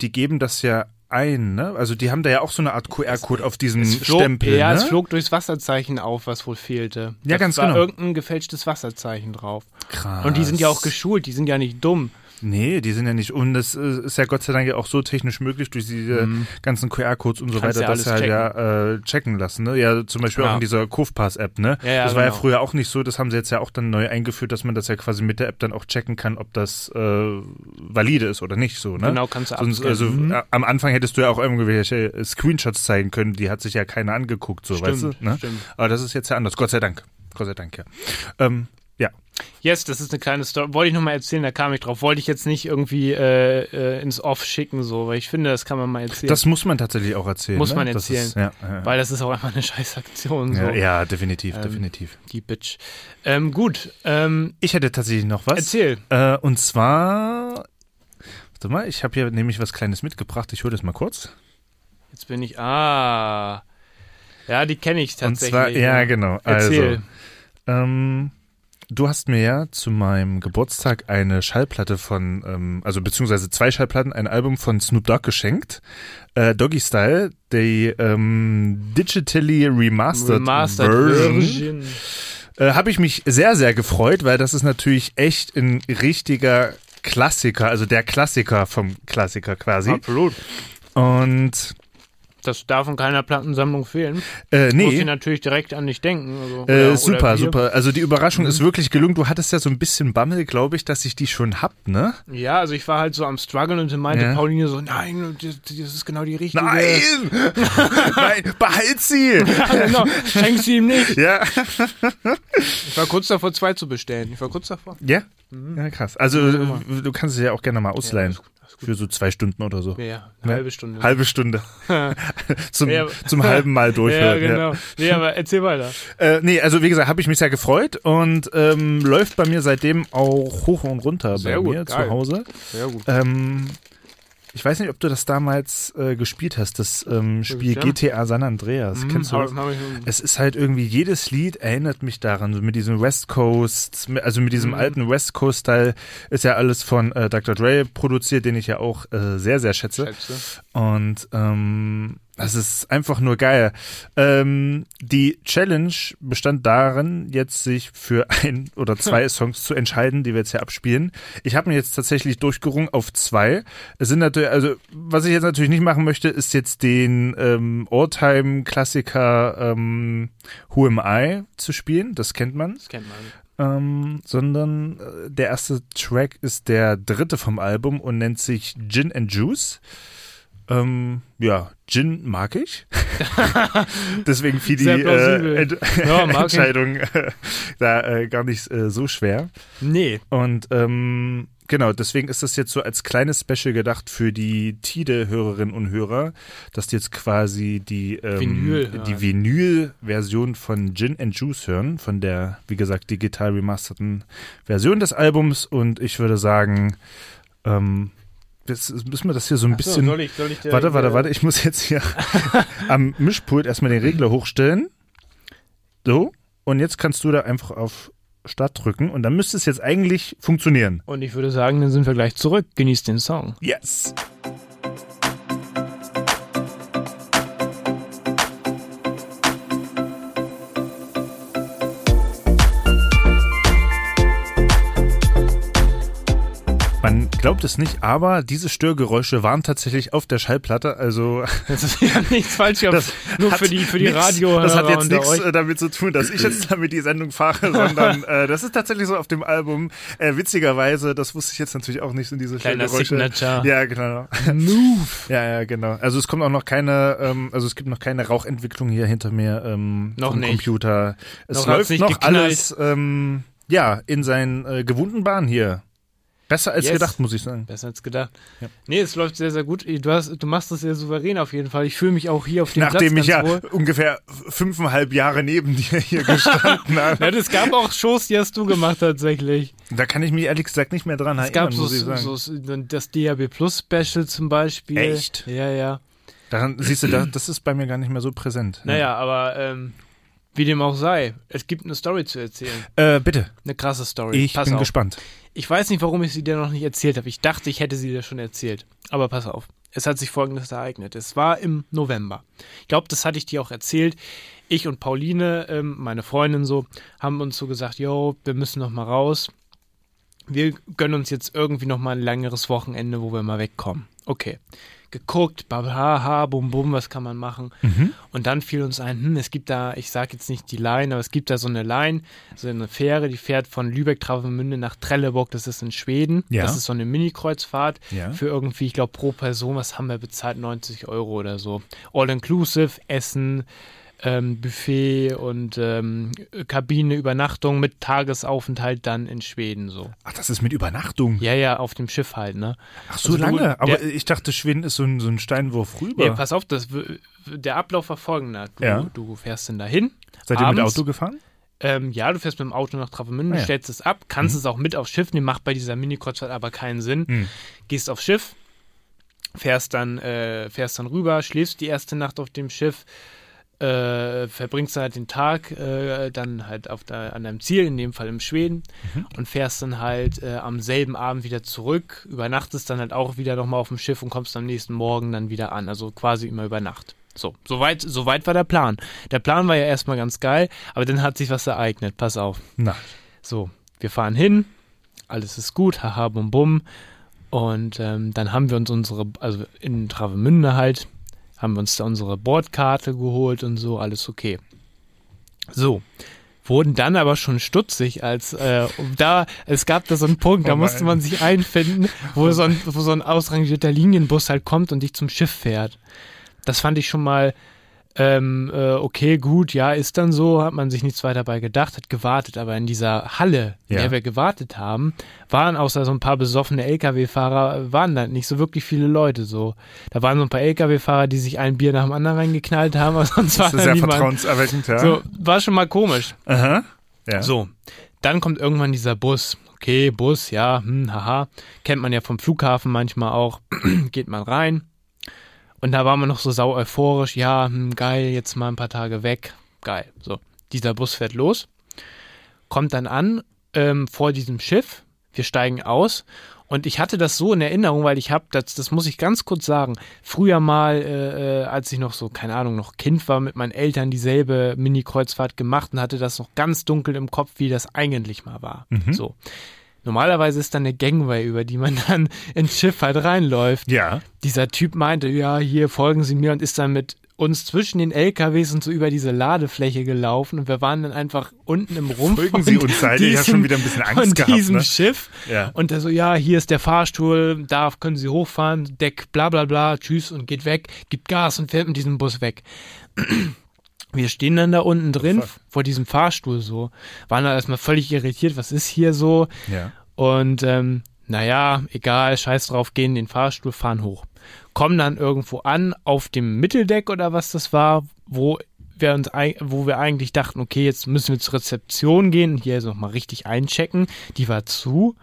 [SPEAKER 3] die geben das ja ein, ne? Also die haben da ja auch so eine Art QR-Code auf diesem
[SPEAKER 2] Es flog,
[SPEAKER 3] Stempel,
[SPEAKER 2] ja,
[SPEAKER 3] ne?
[SPEAKER 2] es flog durchs Wasserzeichen auf, was wohl fehlte.
[SPEAKER 3] Ja,
[SPEAKER 2] das
[SPEAKER 3] ganz
[SPEAKER 2] war
[SPEAKER 3] genau. Ah,
[SPEAKER 2] irgendein gefälschtes Wasserzeichen drauf.
[SPEAKER 3] Krass.
[SPEAKER 2] Und die sind ja auch geschult, die sind ja nicht dumm.
[SPEAKER 3] Nee, die sind ja nicht. Und das äh, ist ja Gott sei Dank ja auch so technisch möglich durch diese ganzen QR-Codes und so
[SPEAKER 2] Mhm. Kannst
[SPEAKER 3] weiter,
[SPEAKER 2] ja
[SPEAKER 3] dass sie
[SPEAKER 2] alles
[SPEAKER 3] halt ja äh, checken lassen. Ne? Ja, zum Beispiel
[SPEAKER 2] Ja.
[SPEAKER 3] auch in dieser Kurvpass-App, ne?
[SPEAKER 2] Ja, ja,
[SPEAKER 3] das war ja
[SPEAKER 2] genau.
[SPEAKER 3] früher auch nicht so, das haben sie jetzt ja auch dann neu eingeführt, dass man das ja quasi mit der App dann auch checken kann, ob das äh, valide ist oder nicht so, ne?
[SPEAKER 2] Genau, kannst du
[SPEAKER 3] Sonst,
[SPEAKER 2] abscannen.
[SPEAKER 3] Also
[SPEAKER 2] Mhm.
[SPEAKER 3] äh, am Anfang hättest du ja auch irgendwelche äh, Screenshots zeigen können, die hat sich ja keiner angeguckt, so
[SPEAKER 2] Stimmt,
[SPEAKER 3] weißt du? Ne?
[SPEAKER 2] stimmt.
[SPEAKER 3] Aber das ist jetzt ja anders. Gott sei Dank. Gott sei Dank, ja. Ähm, ja.
[SPEAKER 2] Yes, das ist eine kleine Story. Wollte ich nochmal erzählen, da kam ich drauf. Wollte ich jetzt nicht irgendwie äh, äh, ins Off schicken, so, weil ich finde, das kann man mal erzählen.
[SPEAKER 3] Das muss man tatsächlich auch erzählen.
[SPEAKER 2] Muss
[SPEAKER 3] ne?
[SPEAKER 2] man
[SPEAKER 3] Das
[SPEAKER 2] erzählen.
[SPEAKER 3] Ist, ja, ja.
[SPEAKER 2] weil das ist auch einfach eine <laughs> scheiß Aktion, so,
[SPEAKER 3] Ja, ja, definitiv,
[SPEAKER 2] Ähm,
[SPEAKER 3] definitiv.
[SPEAKER 2] die Bitch. Ähm, gut, ähm,
[SPEAKER 3] Ich hätte tatsächlich noch was.
[SPEAKER 2] erzähl.
[SPEAKER 3] Äh, und zwar, warte mal, ich habe hier nämlich was Kleines mitgebracht. Ich hole das mal kurz.
[SPEAKER 2] Jetzt bin ich, ah. Ja, die kenne ich
[SPEAKER 3] Und
[SPEAKER 2] tatsächlich. ne?
[SPEAKER 3] zwar, ja, genau.
[SPEAKER 2] Erzähl.
[SPEAKER 3] Also, ähm, du hast mir ja zu meinem Geburtstag eine Schallplatte von, ähm, also beziehungsweise zwei Schallplatten, ein Album von Snoop Dogg geschenkt. Äh, Doggy Style, die ähm, digitally remastered,
[SPEAKER 2] Remastered
[SPEAKER 3] Version.
[SPEAKER 2] Version.
[SPEAKER 3] äh, habe ich mich sehr, sehr gefreut, weil das ist natürlich echt ein richtiger Klassiker, also der Klassiker vom Klassiker quasi.
[SPEAKER 2] Absolut.
[SPEAKER 3] Und
[SPEAKER 2] Das darf in keiner Plattensammlung fehlen.
[SPEAKER 3] äh,
[SPEAKER 2] Muss ich
[SPEAKER 3] nee.
[SPEAKER 2] natürlich direkt an dich denken. Also,
[SPEAKER 3] Äh,
[SPEAKER 2] oder- Mhm.
[SPEAKER 3] super,
[SPEAKER 2] oder wir.
[SPEAKER 3] super. Also die Überraschung ist wirklich gelungen. Du hattest ja so ein bisschen Bammel, glaube ich, dass ich die schon hab, ne?
[SPEAKER 2] Ja, also ich war halt so am struggeln und dann meinte
[SPEAKER 3] Ja.
[SPEAKER 2] Pauline so, nein, das, das ist genau die richtige.
[SPEAKER 3] Nein! <laughs> Nein, behalt sie!
[SPEAKER 2] <laughs> Ja, genau, schenk sie ihm nicht.
[SPEAKER 3] Ja,
[SPEAKER 2] Ich war kurz davor, zwei zu bestellen. Ich war kurz davor.
[SPEAKER 3] ja.
[SPEAKER 2] Mhm.
[SPEAKER 3] Ja, krass. Also äh, du kannst sie ja auch gerne mal ausleihen.
[SPEAKER 2] alles gut,
[SPEAKER 3] Für so zwei Stunden oder so.
[SPEAKER 2] Ja, Ja, eine halbe Stunde. <laughs>
[SPEAKER 3] Halbe Stunde. zum,
[SPEAKER 2] Ja.
[SPEAKER 3] zum halben Mal
[SPEAKER 2] <laughs> ja,
[SPEAKER 3] durchhören.
[SPEAKER 2] genau. Nee, aber erzähl weiter.
[SPEAKER 3] Äh, nee, also wie gesagt, habe ich mich sehr gefreut und ähm, läuft bei mir seitdem auch hoch und runter
[SPEAKER 2] Sehr
[SPEAKER 3] bei
[SPEAKER 2] gut,
[SPEAKER 3] mir
[SPEAKER 2] geil.
[SPEAKER 3] zu Hause.
[SPEAKER 2] Ja, gut.
[SPEAKER 3] Ähm, ich weiß nicht, ob du das damals äh, gespielt hast, das ähm, Spiel
[SPEAKER 2] Ja. Mhm,
[SPEAKER 3] GTA San Andreas. Kennst du das?
[SPEAKER 2] Hab, hab ich,
[SPEAKER 3] Es ist halt irgendwie, jedes Lied erinnert mich daran, so mit diesem West Coast, also mit
[SPEAKER 2] Mhm.
[SPEAKER 3] diesem alten West Coast-Style, ist ja alles von äh, Dr. Dre produziert, den ich ja auch äh, sehr, sehr schätze.
[SPEAKER 2] schätze.
[SPEAKER 3] Und ähm, das ist einfach nur geil. Ähm, die Challenge bestand darin, jetzt sich für ein oder zwei Songs zu entscheiden, die wir jetzt hier abspielen. Ich habe mir jetzt tatsächlich durchgerungen auf zwei. Es sind natürlich, also was ich jetzt natürlich nicht machen möchte, ist jetzt den ähm, All-Time-Klassiker ähm, Who Am I zu spielen. Das kennt man.
[SPEAKER 2] Das kennt man.
[SPEAKER 3] Ähm, sondern äh, der erste Track ist der dritte vom Album und nennt sich Gin and Juice. Ähm, ja, Gin mag ich.
[SPEAKER 2] <laughs>
[SPEAKER 3] Deswegen fiel die
[SPEAKER 2] Sehr
[SPEAKER 3] äh,
[SPEAKER 2] plausibel.
[SPEAKER 3] Ent
[SPEAKER 2] Ja, mag ich.
[SPEAKER 3] Entscheidung äh, da äh, gar nicht äh, so schwer.
[SPEAKER 2] Nee.
[SPEAKER 3] Und ähm, genau, deswegen ist das jetzt so als kleines Special gedacht für die Tide-Hörerinnen und Hörer, dass die jetzt quasi die, ähm,
[SPEAKER 2] Vinyl hören.
[SPEAKER 3] die Vinyl-Version von Gin and Juice hören, von der, wie gesagt, digital remasterten Version des Albums. Und ich würde sagen, ähm, jetzt müssen wir das hier so ein
[SPEAKER 2] Achso,
[SPEAKER 3] bisschen.
[SPEAKER 2] soll ich, soll ich dir-
[SPEAKER 3] warte, warte, warte, ich muss jetzt hier am Mischpult erstmal den Regler hochstellen. So, und jetzt kannst du da einfach auf Start drücken und dann müsste es jetzt eigentlich funktionieren.
[SPEAKER 2] Und ich würde sagen, dann sind wir gleich zurück. Genießt den Song.
[SPEAKER 3] Yes. Man glaubt es nicht, aber diese Störgeräusche waren tatsächlich auf der Schallplatte. Also
[SPEAKER 2] Das ist
[SPEAKER 3] <laughs>
[SPEAKER 2] ja nichts falsch. ich
[SPEAKER 3] das
[SPEAKER 2] hab's <laughs> nur
[SPEAKER 3] hat
[SPEAKER 2] für die, für die
[SPEAKER 3] nix-
[SPEAKER 2] Radio.
[SPEAKER 3] Das hat jetzt nichts äh, damit zu tun, dass ich jetzt damit die Sendung
[SPEAKER 2] <laughs>
[SPEAKER 3] fahre, sondern äh, das ist tatsächlich so auf dem Album. Äh, witzigerweise, das wusste ich jetzt natürlich auch nicht, sind diese
[SPEAKER 2] Kleiner
[SPEAKER 3] Störgeräusche.
[SPEAKER 2] Signature.
[SPEAKER 3] Ja, genau.
[SPEAKER 2] Move.
[SPEAKER 3] Ja, ja, genau. Also es kommt auch noch keine, ähm, also es gibt noch keine Rauchentwicklung hier hinter mir ähm,
[SPEAKER 2] Noch
[SPEAKER 3] vom
[SPEAKER 2] nicht.
[SPEAKER 3] Computer. Es
[SPEAKER 2] Noch hat's
[SPEAKER 3] läuft
[SPEAKER 2] nicht
[SPEAKER 3] noch
[SPEAKER 2] geknallt.
[SPEAKER 3] alles ähm, ja, in seinen äh, gewohnten Bahnen hier. Besser als
[SPEAKER 2] Yes.
[SPEAKER 3] gedacht, muss ich sagen.
[SPEAKER 2] Besser als gedacht. Nee, es läuft sehr, sehr gut. Du, hast, du machst das sehr souverän auf jeden Fall. Ich fühle mich auch hier auf dem
[SPEAKER 3] Nachdem
[SPEAKER 2] Platz
[SPEAKER 3] ich ja
[SPEAKER 2] ganz wohl.
[SPEAKER 3] ungefähr fünfeinhalb Jahre neben dir hier
[SPEAKER 2] <laughs>
[SPEAKER 3] gestanden
[SPEAKER 2] Ja,
[SPEAKER 3] habe.
[SPEAKER 2] es gab auch Shows, die hast du gemacht tatsächlich.
[SPEAKER 3] Da kann ich mich ehrlich gesagt nicht mehr dran
[SPEAKER 2] Es
[SPEAKER 3] erinnern,
[SPEAKER 2] gab so,
[SPEAKER 3] muss ich sagen.
[SPEAKER 2] so das DAB Plus Special zum Beispiel.
[SPEAKER 3] Echt?
[SPEAKER 2] Ja, ja.
[SPEAKER 3] Daran,
[SPEAKER 2] <clears throat>
[SPEAKER 3] siehst du, da, das ist bei mir gar nicht mehr so präsent.
[SPEAKER 2] Naja, aber ähm, wie dem auch sei, es gibt eine Story zu erzählen.
[SPEAKER 3] Äh, bitte,
[SPEAKER 2] Eine krasse Story.
[SPEAKER 3] ich
[SPEAKER 2] pass
[SPEAKER 3] bin
[SPEAKER 2] auf.
[SPEAKER 3] gespannt.
[SPEAKER 2] Ich weiß nicht, warum ich sie dir noch nicht erzählt habe. Ich dachte, ich hätte sie dir schon erzählt. Aber pass auf. Es hat sich Folgendes ereignet. Es war im November. Ich glaube, das hatte ich dir auch erzählt. Ich und Pauline, ähm, meine Freundin so, haben uns so gesagt, yo, wir müssen noch mal raus. Wir gönnen uns jetzt irgendwie noch mal ein längeres Wochenende, wo wir mal wegkommen. Okay. Geguckt, haha, bum bum, was kann man machen?
[SPEAKER 3] Mhm.
[SPEAKER 2] Und dann fiel uns ein, hm, es gibt da, ich sage jetzt nicht die Line, aber es gibt da so eine Line, so eine Fähre, die fährt von Lübeck-Travemünde nach Trelleborg, das ist in Schweden.
[SPEAKER 3] Ja.
[SPEAKER 2] Das ist so eine Mini-Kreuzfahrt
[SPEAKER 3] Ja.
[SPEAKER 2] für irgendwie, ich glaube, pro Person, was haben wir bezahlt? 90 Euro oder so. All-inclusive, Essen, ähm, Buffet und ähm, Kabine, Übernachtung mit Tagesaufenthalt dann in Schweden so.
[SPEAKER 3] Ach, das ist mit Übernachtung.
[SPEAKER 2] Ja, ja, auf dem Schiff halt, ne?
[SPEAKER 3] Ach, so
[SPEAKER 2] Also du-
[SPEAKER 3] lange. Aber
[SPEAKER 2] der-
[SPEAKER 3] ich dachte, Schweden ist so ein, so ein Steinwurf rüber.
[SPEAKER 2] Nee, pass auf, das, w- der Ablauf war folgender. Du,
[SPEAKER 3] Ja.
[SPEAKER 2] du fährst denn dahin.
[SPEAKER 3] Seid ihr mit
[SPEAKER 2] abends-
[SPEAKER 3] Auto gefahren?
[SPEAKER 2] Ähm, ja, du fährst mit dem Auto nach Travemünde,
[SPEAKER 3] Ah, ja.
[SPEAKER 2] stellst es ab, kannst es auch mit aufs Schiff nehmen, macht bei dieser Mini-Kreuzfahrt aber keinen Sinn.
[SPEAKER 3] Mhm.
[SPEAKER 2] Gehst aufs Schiff, fährst dann, äh, fährst dann rüber, schläfst die erste Nacht auf dem Schiff, äh, verbringst dann halt den Tag äh, dann halt auf der, an deinem Ziel, in dem Fall in Schweden, und fährst dann halt äh, am selben Abend wieder zurück, übernachtest dann halt auch wieder nochmal auf dem Schiff und kommst am nächsten Morgen dann wieder an, also quasi immer über Nacht. So, soweit so weit war der Plan. Der Plan war ja erstmal ganz geil, aber dann hat sich was ereignet, pass auf. <laughs>
[SPEAKER 3] Na,
[SPEAKER 2] So, wir fahren hin, alles ist gut, haha, bum bum. Und ähm, dann haben wir uns unsere, also in Travemünde halt, haben wir uns da unsere Bordkarte geholt und so, alles okay. So, wurden dann aber schon stutzig, als äh, um da, es gab da so einen Punkt, da
[SPEAKER 3] Oh
[SPEAKER 2] musste
[SPEAKER 3] nein.
[SPEAKER 2] man sich einfinden, wo so, ein, wo so ein ausrangierter Linienbus halt kommt und dich zum Schiff fährt. Das fand ich schon mal, ähm, äh, okay, gut, ja, ist dann so, hat man sich nichts weiter dabei gedacht, hat gewartet, aber in dieser Halle, in
[SPEAKER 3] Ja.
[SPEAKER 2] der wir gewartet haben, waren außer so ein paar besoffene LKW-Fahrer, waren da nicht so wirklich viele Leute so. Da waren so ein paar LKW-Fahrer, die sich ein Bier nach dem anderen reingeknallt haben, <laughs> aber sonst war
[SPEAKER 3] das ist
[SPEAKER 2] da
[SPEAKER 3] sehr
[SPEAKER 2] niemand.
[SPEAKER 3] vertrauenserweckend, ja.
[SPEAKER 2] So, war schon mal komisch.
[SPEAKER 3] Aha. Ja.
[SPEAKER 2] So, dann kommt irgendwann dieser Bus. Okay, Bus, ja, hm, haha. Kennt man ja vom Flughafen manchmal auch. <clears throat> Geht man rein. Und da war man noch so sau euphorisch. Ja, hm, geil, jetzt mal ein paar Tage weg. Geil. So, dieser Bus fährt los. Kommt dann an ähm, vor diesem Schiff. Wir steigen aus. Und ich hatte das so in Erinnerung, weil ich habe, das, das muss ich ganz kurz sagen, früher mal, äh, äh, als ich noch so, keine Ahnung, noch Kind war, mit meinen Eltern dieselbe Mini-Kreuzfahrt gemacht und hatte das noch ganz dunkel im Kopf, wie das eigentlich mal war. So. Normalerweise ist dann eine Gangway, über die man dann <laughs> ins Schiff halt reinläuft
[SPEAKER 3] Ja.
[SPEAKER 2] dieser Typ meinte, ja, hier folgen Sie mir und ist dann mit uns zwischen den LKWs und so über diese Ladefläche gelaufen und wir waren dann einfach unten im Rumpf.
[SPEAKER 3] Folgen
[SPEAKER 2] von
[SPEAKER 3] Sie uns, da hätte ich ja schon wieder ein bisschen Angst
[SPEAKER 2] von
[SPEAKER 3] gehabt,
[SPEAKER 2] diesem
[SPEAKER 3] ne?
[SPEAKER 2] Schiff.
[SPEAKER 3] Ja.
[SPEAKER 2] Und der so, ja, hier ist der Fahrstuhl, da können Sie hochfahren, Deck, bla bla bla, tschüss und geht weg, gibt Gas und fährt mit diesem Bus weg. <clears throat> Wir stehen dann da unten drin, vor diesem Fahrstuhl so, waren da erstmal völlig irritiert, was ist hier so?
[SPEAKER 3] Ja.
[SPEAKER 2] Und ähm, naja, egal, scheiß drauf, gehen in den Fahrstuhl, fahren hoch. Kommen dann irgendwo an, auf dem Mitteldeck oder was das war, wo wir, uns, ei- wo wir eigentlich dachten, okay, jetzt müssen wir zur Rezeption gehen und hier also nochmal richtig einchecken. Die war zu.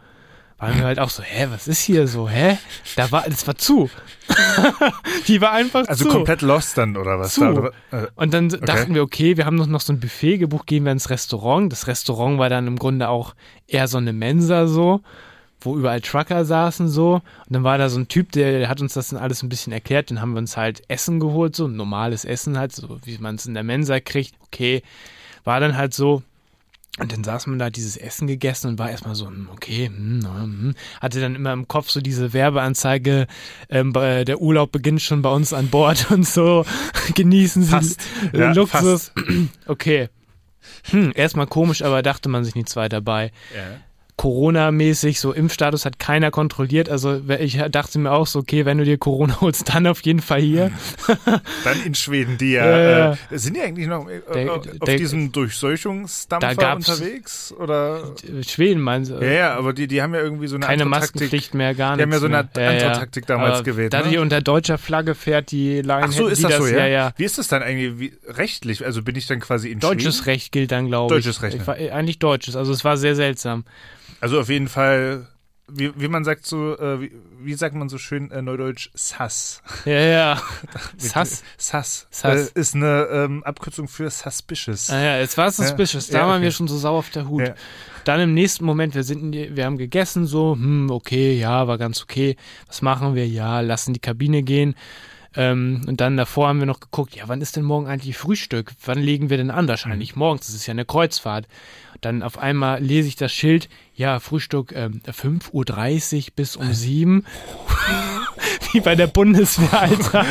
[SPEAKER 2] Waren wir halt auch so, hä, was ist hier so, hä? Da war, das war zu. <laughs> Die war einfach
[SPEAKER 3] Also
[SPEAKER 2] zu.
[SPEAKER 3] komplett lost dann, oder was?
[SPEAKER 2] Zu.
[SPEAKER 3] Da, oder, äh,
[SPEAKER 2] Und dann dachten wir, okay, wir haben noch, noch so ein Buffet gebucht, gehen wir ins Restaurant. Das Restaurant war dann im Grunde auch eher so eine Mensa so, wo überall Trucker saßen so. Und dann war da so ein Typ, der, der hat uns das dann alles ein bisschen erklärt. Dann haben wir uns halt Essen geholt, so ein normales Essen halt, so wie man es in der Mensa kriegt. Okay, war dann halt so, Und dann saß man da, hat dieses Essen gegessen und war erstmal so, hm, okay, hm, na, hm. hatte dann immer im Kopf so diese Werbeanzeige, ähm, bei- der Urlaub beginnt schon bei uns an Bord <laughs> und so, genießen Sie
[SPEAKER 3] Fast.
[SPEAKER 2] äh,
[SPEAKER 3] Ja,
[SPEAKER 2] Luxus. <clears throat> Okay. Hm, erstmal komisch, aber dachte man sich nichts weiter bei. Corona-mäßig, so Impfstatus hat keiner kontrolliert. Also ich dachte mir auch so, okay, wenn du dir Corona holst, dann auf jeden Fall hier.
[SPEAKER 3] Dann in Schweden, die ja,
[SPEAKER 2] Ja,
[SPEAKER 3] äh, sind die eigentlich noch äh,
[SPEAKER 2] Der-
[SPEAKER 3] auf
[SPEAKER 2] der-
[SPEAKER 3] diesem
[SPEAKER 2] Da
[SPEAKER 3] Durchseuchungsdampfer
[SPEAKER 2] gab's-
[SPEAKER 3] unterwegs? Oder?
[SPEAKER 2] <laughs> Schweden meinst du?
[SPEAKER 3] Hm. Ja, ja, aber die, die haben ja irgendwie so eine
[SPEAKER 2] keine
[SPEAKER 3] andere Taktik.
[SPEAKER 2] Maskenpflicht mehr, gar
[SPEAKER 3] Die haben
[SPEAKER 2] nichts.
[SPEAKER 3] ja so eine
[SPEAKER 2] mehr.
[SPEAKER 3] andere Taktik damals
[SPEAKER 2] Aber
[SPEAKER 3] gewählt,
[SPEAKER 2] Da
[SPEAKER 3] ne?
[SPEAKER 2] die unter deutscher Flagge fährt, die Line
[SPEAKER 3] Ach so,
[SPEAKER 2] hätten
[SPEAKER 3] ist
[SPEAKER 2] die
[SPEAKER 3] das, so, ja?
[SPEAKER 2] ja, ja.
[SPEAKER 3] Wie ist das dann eigentlich wie, rechtlich? Also bin ich dann quasi in
[SPEAKER 2] Deutsches
[SPEAKER 3] Schweden?
[SPEAKER 2] Recht gilt dann, glaube ich.
[SPEAKER 3] Deutsches Recht, ne?
[SPEAKER 2] ich
[SPEAKER 3] ja.
[SPEAKER 2] war, äh, eigentlich deutsches, also es war sehr
[SPEAKER 3] <laughs>
[SPEAKER 2] seltsam.
[SPEAKER 3] Also auf jeden Fall, wie, wie man sagt so, äh, wie, wie sagt man so schön äh, neudeutsch, Sass. <laughs>
[SPEAKER 2] Ja, ja. Sass.
[SPEAKER 3] Sass.
[SPEAKER 2] Sass.
[SPEAKER 3] Äh, ist eine ähm, Abkürzung für suspicious. <laughs>
[SPEAKER 2] Ah, ja, jetzt war es suspicious. Da
[SPEAKER 3] Ja, ja,
[SPEAKER 2] waren wir
[SPEAKER 3] okay.
[SPEAKER 2] schon so sauer auf der Hut.
[SPEAKER 3] Ja.
[SPEAKER 2] Dann im nächsten Moment, wir sind in die, wir haben gegessen, so, hm, okay, ja, war ganz okay. Was machen wir? Ja, lassen die Kabine gehen. Ähm, und dann davor haben wir noch geguckt, ja, wann ist denn morgen eigentlich Frühstück? Wann legen wir denn an?
[SPEAKER 3] Mhm.
[SPEAKER 2] Wahrscheinlich morgens, das ist ja eine Kreuzfahrt. Dann auf einmal lese ich das Schild, ja, Frühstück ähm, 5.30 Uhr bis um 7. <laughs> Wie bei der Bundeswehr, Alter.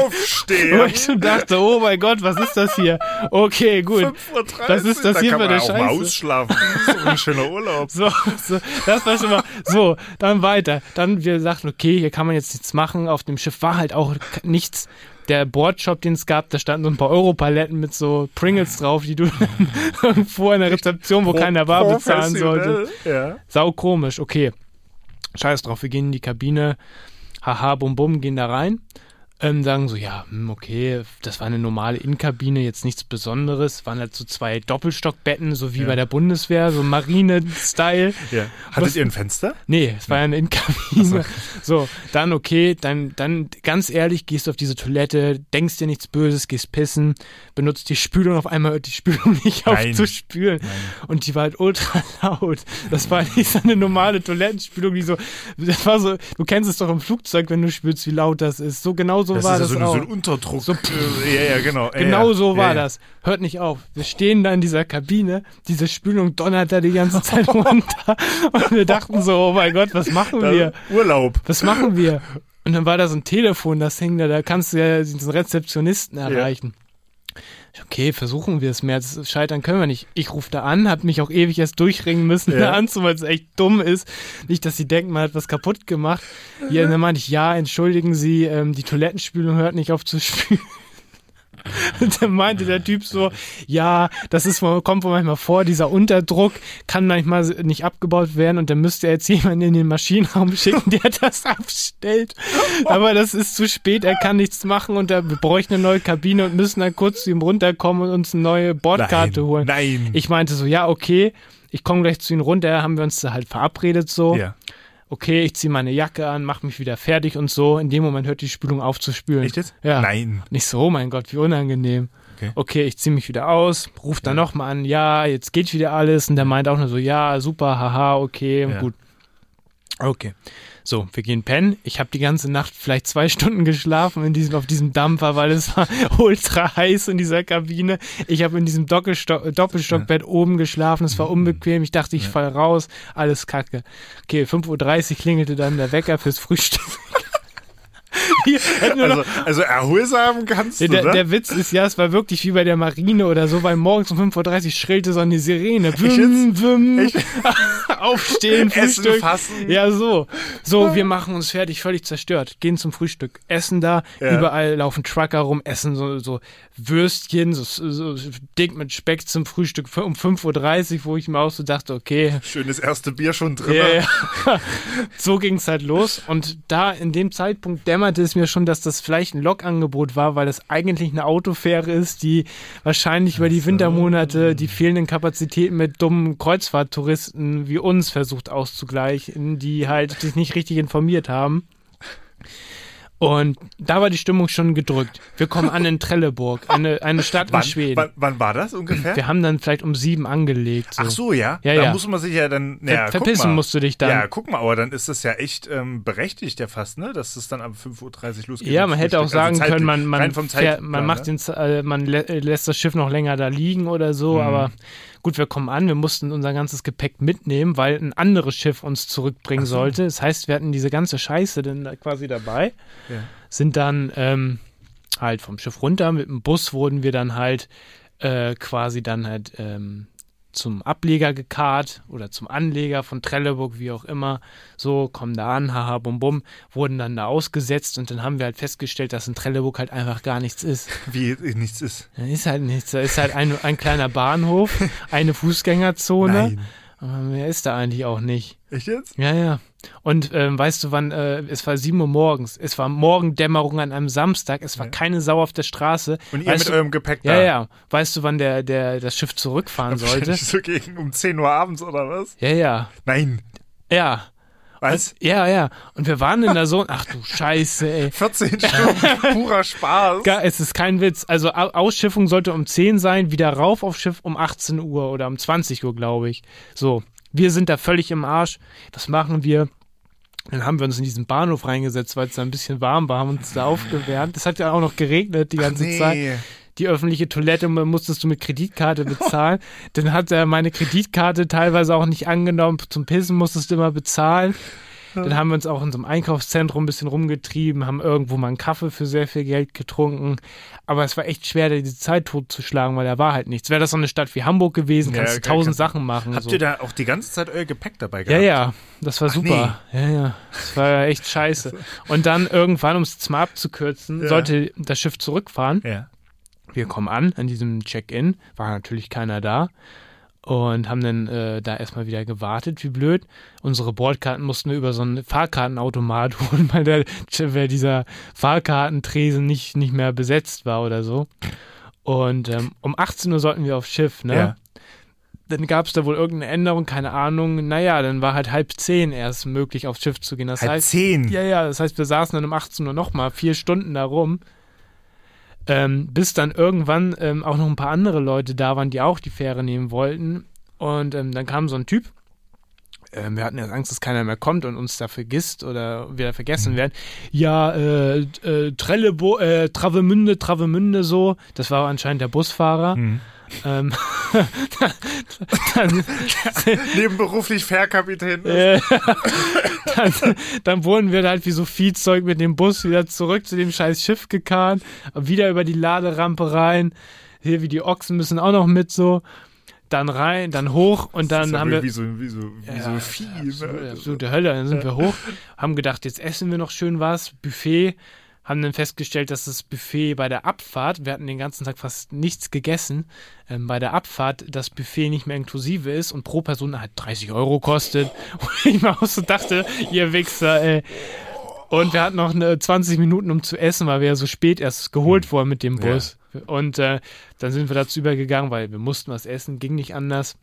[SPEAKER 2] Wo
[SPEAKER 3] Aufstehen!
[SPEAKER 2] ich schon dachte, oh mein Gott, was ist das hier? Okay, gut.
[SPEAKER 3] 5.30
[SPEAKER 2] Was ist das
[SPEAKER 3] da
[SPEAKER 2] hier
[SPEAKER 3] kann
[SPEAKER 2] für
[SPEAKER 3] man
[SPEAKER 2] eine
[SPEAKER 3] auch mal
[SPEAKER 2] Scheiße?
[SPEAKER 3] ausschlafen. Das ist doch ein schöner Urlaub.
[SPEAKER 2] So, so, das war schon mal. So, dann weiter. Dann wir sagten, okay, hier kann man jetzt nichts machen. Auf dem Schiff war halt auch k- nichts. Der Boardshop, den es gab, da standen so ein paar Europaletten mit so Pringles drauf, die du <laughs> dann vor einer Rezeption, <laughs> wo keiner war, bezahlen sollte.
[SPEAKER 3] Ja.
[SPEAKER 2] Sau komisch, okay. Scheiß drauf, wir gehen in die Kabine. Haha, bum bum, gehen da rein. Ähm, sagen so, ja, hm, okay, das war eine normale Innenkabine, jetzt nichts Besonderes. Waren halt so zwei Doppelstockbetten, so wie bei der Bundeswehr, so Marine-Style.
[SPEAKER 3] Ja. Hattet ihr ein Fenster?
[SPEAKER 2] Nee, es war ja eine Innenkabine. <laughs> So. dann okay, dann, dann ganz ehrlich, gehst du auf diese Toilette, denkst dir nichts Böses, gehst pissen, benutzt die Spülung auf einmal, hört die Spülung <laughs> nicht auf
[SPEAKER 3] Nein.
[SPEAKER 2] zu spülen. Und die war halt ultra laut. Das war <laughs> nicht so eine normale Toilettenspülung, die so, das war so, du kennst es doch im Flugzeug, wenn du spürst, wie laut das ist. So genau so
[SPEAKER 3] Das
[SPEAKER 2] war
[SPEAKER 3] ist ja
[SPEAKER 2] das
[SPEAKER 3] so, eine,
[SPEAKER 2] auch.
[SPEAKER 3] so ein Unterdruck. äh, ja, ja, genau. Ja,
[SPEAKER 2] Genau
[SPEAKER 3] ja.
[SPEAKER 2] so war
[SPEAKER 3] ja, ja.
[SPEAKER 2] das. Hört nicht auf. Wir stehen da in dieser Kabine, diese Spülung donnert da die
[SPEAKER 3] <laughs>
[SPEAKER 2] ganze Zeit runter und wir dachten so, oh mein Gott, was machen
[SPEAKER 3] Da-
[SPEAKER 2] wir?
[SPEAKER 3] Äh, Urlaub.
[SPEAKER 2] Was machen wir? Und dann war da so ein Telefon, das hing da, da kannst du ja diesen Rezeptionisten erreichen. Ich, Okay, versuchen wir es mehr. Das scheitern können wir nicht. Ich rufe da an, hab mich auch ewig erst durchringen müssen, <laughs>
[SPEAKER 3] Ja.
[SPEAKER 2] da anzurufen, weil es echt dumm ist. Nicht, dass sie denken, man hat was kaputt gemacht. Ja, dann meinte ich, ja, entschuldigen Sie, ähm, die Toilettenspülung hört nicht auf zu spülen. Und <laughs> dann meinte der Typ so, ja, das ist, wohl- kommt wohl manchmal vor, dieser Unterdruck kann manchmal nicht abgebaut werden und dann müsste er jetzt jemanden in den Maschinenraum <laughs> schicken, der das abstellt. Aber das ist zu spät, er kann nichts machen und da, wir bräuchten eine neue Kabine und müssen dann kurz zu ihm runterkommen und uns eine neue Bordkarte
[SPEAKER 3] Nein,
[SPEAKER 2] holen.
[SPEAKER 3] nein.
[SPEAKER 2] Ich meinte so, ja, okay, ich komme gleich zu ihm runter, haben wir uns da halt verabredet so
[SPEAKER 3] Ja.
[SPEAKER 2] okay, ich ziehe meine Jacke an, mache mich wieder fertig und so. In dem Moment hört die Spülung auf zu spülen.
[SPEAKER 3] Echt jetzt?
[SPEAKER 2] Ja. <laughs>
[SPEAKER 3] Nein.
[SPEAKER 2] Nicht so, oh mein Gott, wie unangenehm.
[SPEAKER 3] Okay.
[SPEAKER 2] ich ziehe mich wieder aus, ruf dann nochmal an, ja, jetzt geht wieder alles. Und der meint auch nur so, ja, super, haha, okay,
[SPEAKER 3] Ja.
[SPEAKER 2] gut. Okay. So, wir gehen pennen. Ich habe die ganze Nacht vielleicht zwei <laughs> Stunden geschlafen in diesem, auf diesem Dampfer, weil es war <laughs> ultra heiß in dieser Kabine. Ich habe in diesem Doppelstock, Doppelstockbett oben geschlafen. Es war unbequem. Ich dachte, ich fall raus. Alles kacke. Okay, 5.30 Uhr klingelte dann der Wecker fürs Frühstück. <laughs> Hier, hätten wir noch-
[SPEAKER 3] Also, also erholsam kannst du,
[SPEAKER 2] Genau. der,
[SPEAKER 3] ne?
[SPEAKER 2] der Witz ist ja, es war wirklich wie bei der Marine oder so, weil morgens um 5.30 Uhr schrillte so eine Sirene. Wim, wim. <laughs> Aufstehen,
[SPEAKER 3] Essen Ah.
[SPEAKER 2] Frühstück.
[SPEAKER 3] fassen.
[SPEAKER 2] Ja, so. So, wir machen uns fertig, völlig zerstört. Gehen zum Frühstück. Essen da,
[SPEAKER 3] Ja.
[SPEAKER 2] überall laufen Trucker rum, essen so, so Würstchen, so, so dick mit Speck zum Frühstück um 5.30 Uhr, wo ich mir auch so dachte, okay,
[SPEAKER 3] Schönes erste Bier schon drin.
[SPEAKER 2] ja, ja. <laughs> so ging's halt los. Und da in dem Zeitpunkt dämmerte es mir schon, dass das vielleicht ein Lokangebot war, weil das eigentlich eine Autofähre ist, die wahrscheinlich über die Wintermonate die fehlenden Kapazitäten mit dummen Kreuzfahrttouristen wie uns versucht auszugleichen, die halt sich nicht richtig informiert haben. Und da war die Stimmung schon gedrückt. Wir kommen an in Trelleborg, eine, eine Stadt in
[SPEAKER 3] Wann,
[SPEAKER 2] Schweden.
[SPEAKER 3] wann, wann war das ungefähr?
[SPEAKER 2] Wir haben dann vielleicht um sieben angelegt. So.
[SPEAKER 3] Ach so, ja.
[SPEAKER 2] Ja,
[SPEAKER 3] da
[SPEAKER 2] ja.
[SPEAKER 3] muss man sich ja dann. na ja, guck
[SPEAKER 2] verpissen
[SPEAKER 3] mal.
[SPEAKER 2] musst du dich dann.
[SPEAKER 3] Ja, guck mal, aber dann ist das ja echt ähm, berechtigt, ja fast, ne? Dass es dann ab 5.30 Uhr losgeht.
[SPEAKER 2] Ja,
[SPEAKER 3] mit
[SPEAKER 2] man hätte auch
[SPEAKER 3] Frühstück. Also
[SPEAKER 2] sagen
[SPEAKER 3] zeitlich-
[SPEAKER 2] können, man, man,
[SPEAKER 3] rein vom
[SPEAKER 2] fährt,
[SPEAKER 3] Zeitplan,
[SPEAKER 2] man macht
[SPEAKER 3] ne? Mhm.
[SPEAKER 2] den, Z- äh, man lä äh, lässt das Schiff noch länger da liegen oder so, aber Gut, wir kommen an, wir mussten unser ganzes Gepäck mitnehmen, weil ein anderes Schiff uns zurückbringen sollte. Das heißt, wir hatten diese ganze Scheiße dann da quasi dabei.
[SPEAKER 3] Ja.
[SPEAKER 2] Sind dann ähm, halt vom Schiff runter, mit dem Bus wurden wir dann halt äh, quasi dann halt ähm, zum Ableger gekarrt oder zum Anleger von Trelleburg, wie auch immer. So, kommen da an, haha, bum bum, wurden dann da ausgesetzt und dann haben wir halt festgestellt, dass in Trelleburg halt einfach gar nichts ist.
[SPEAKER 3] Wie äh, nichts ist.
[SPEAKER 2] Da ist halt nichts. Da ist halt ein, ein kleiner Bahnhof, eine Fußgängerzone.
[SPEAKER 3] Nein.
[SPEAKER 2] Aber mehr ist da eigentlich auch nicht.
[SPEAKER 3] Echt jetzt?
[SPEAKER 2] Ja, ja. Und ähm, weißt du wann, äh, es war 7 Uhr morgens, es war Morgendämmerung an einem Samstag, es war keine Sau auf der Straße.
[SPEAKER 3] Und ihr
[SPEAKER 2] weißt
[SPEAKER 3] mit
[SPEAKER 2] du,
[SPEAKER 3] eurem Gepäck
[SPEAKER 2] Ja,
[SPEAKER 3] da.
[SPEAKER 2] ja. Weißt du, wann der, der das Schiff zurückfahren sollte?
[SPEAKER 3] Wahrscheinlich So gegen um 10 Uhr abends oder was?
[SPEAKER 2] Ja, ja.
[SPEAKER 3] Nein.
[SPEAKER 2] Ja.
[SPEAKER 3] Was?
[SPEAKER 2] Ja, ja. Und wir waren in der Zone. Ach du Scheiße, ey.
[SPEAKER 3] 14
[SPEAKER 2] <laughs>
[SPEAKER 3] Stunden purer Spaß.
[SPEAKER 2] Ga- Es ist kein Witz. Also Au- Ausschiffung sollte um 10 sein, wieder rauf auf Schiff um 18 Uhr oder um 20 Uhr, glaube ich. So, wir sind da völlig im Arsch. Was machen wir? Dann haben wir uns in diesen Bahnhof reingesetzt, weil es da ein bisschen warm war, haben uns da aufgewärmt. Es hat ja auch noch geregnet die ganze Zeit. Die öffentliche Toilette musstest du mit
[SPEAKER 3] <laughs>
[SPEAKER 2] Kreditkarte bezahlen. Dann hat er meine Kreditkarte teilweise auch nicht angenommen. Zum Pissen musstest du immer bezahlen. Dann haben wir uns auch in so einem Einkaufszentrum ein bisschen rumgetrieben, haben irgendwo mal einen Kaffee für sehr viel Geld getrunken. Aber es war echt schwer, da die Zeit totzuschlagen, weil da war halt nichts. Wäre das so eine Stadt wie Hamburg gewesen,
[SPEAKER 3] Ja,
[SPEAKER 2] kannst du
[SPEAKER 3] gar
[SPEAKER 2] tausend
[SPEAKER 3] kein-
[SPEAKER 2] Sachen machen.
[SPEAKER 3] Habt
[SPEAKER 2] so.
[SPEAKER 3] ihr da auch die ganze Zeit euer Gepäck dabei
[SPEAKER 2] Also Ja,
[SPEAKER 3] gehabt?
[SPEAKER 2] ja, das war super. Ja, ja, das war
[SPEAKER 3] <laughs>
[SPEAKER 2] echt scheiße. Und dann irgendwann, um es jetzt mal abzukürzen,
[SPEAKER 3] Ja.
[SPEAKER 2] sollte das Schiff zurückfahren.
[SPEAKER 3] Ja.
[SPEAKER 2] Wir kommen an, an diesem Check-in, war natürlich keiner da und haben dann äh, da erstmal wieder gewartet, wie blöd. Unsere Bordkarten mussten wir über so einen Fahrkartenautomat <laughs> holen, weil, der, weil dieser Fahrkartentresen nicht, nicht mehr besetzt war oder so. Und ähm, um 18 Uhr sollten wir aufs Schiff, ne?
[SPEAKER 3] Ja.
[SPEAKER 2] Dann gab es da wohl irgendeine Änderung, keine Ahnung. Naja, dann war halt halb zehn erst möglich, aufs Schiff zu gehen. Das
[SPEAKER 3] Halb
[SPEAKER 2] heißt,
[SPEAKER 3] zehn.
[SPEAKER 2] ja, ja, das heißt, wir saßen dann um 18 Uhr nochmal vier Stunden da rum, ähm, bis dann irgendwann ähm, auch noch ein paar andere Leute da waren, die auch die Fähre nehmen wollten. Und ähm, dann kam so ein Typ. Ähm, wir hatten erst Angst, dass keiner mehr kommt und uns da vergisst oder wir da vergessen werden. Ja, äh, äh, Trellebo, äh, Travemünde, Travemünde so. Das war anscheinend der Busfahrer. Ähm, dann,
[SPEAKER 3] Nebenberuflich Fährkapitän.
[SPEAKER 2] äh, <laughs> dann, dann wurden wir halt wie so Viehzeug mit dem Bus wieder zurück zu dem scheiß Schiff gekarrt, wieder über die Laderampe rein. Hier wie die Ochsen müssen auch noch mit so. Dann rein, dann hoch und
[SPEAKER 3] Das
[SPEAKER 2] dann
[SPEAKER 3] ist ja
[SPEAKER 2] haben wir.
[SPEAKER 3] Wie so, wie so, wie so viel.
[SPEAKER 2] Absolute,
[SPEAKER 3] ne?
[SPEAKER 2] absolute Hölle. Dann sind wir hoch, haben gedacht, jetzt essen wir noch schön was, Buffet, haben dann festgestellt, dass das Buffet bei der Abfahrt, wir hatten den ganzen Tag fast nichts gegessen, ähm, bei der Abfahrt das Buffet nicht mehr inklusive ist und pro Person halt 30 Euro kostet. <laughs> Und ich mir auch so dachte, ihr Wichser, ey. Und wir hatten noch eine 20 Minuten, um zu essen, weil wir ja so spät erst geholt wurden mit dem
[SPEAKER 3] Hm. Ja.
[SPEAKER 2] Bus. Und äh, dann sind wir dazu übergegangen, weil wir mussten was essen, ging nicht anders.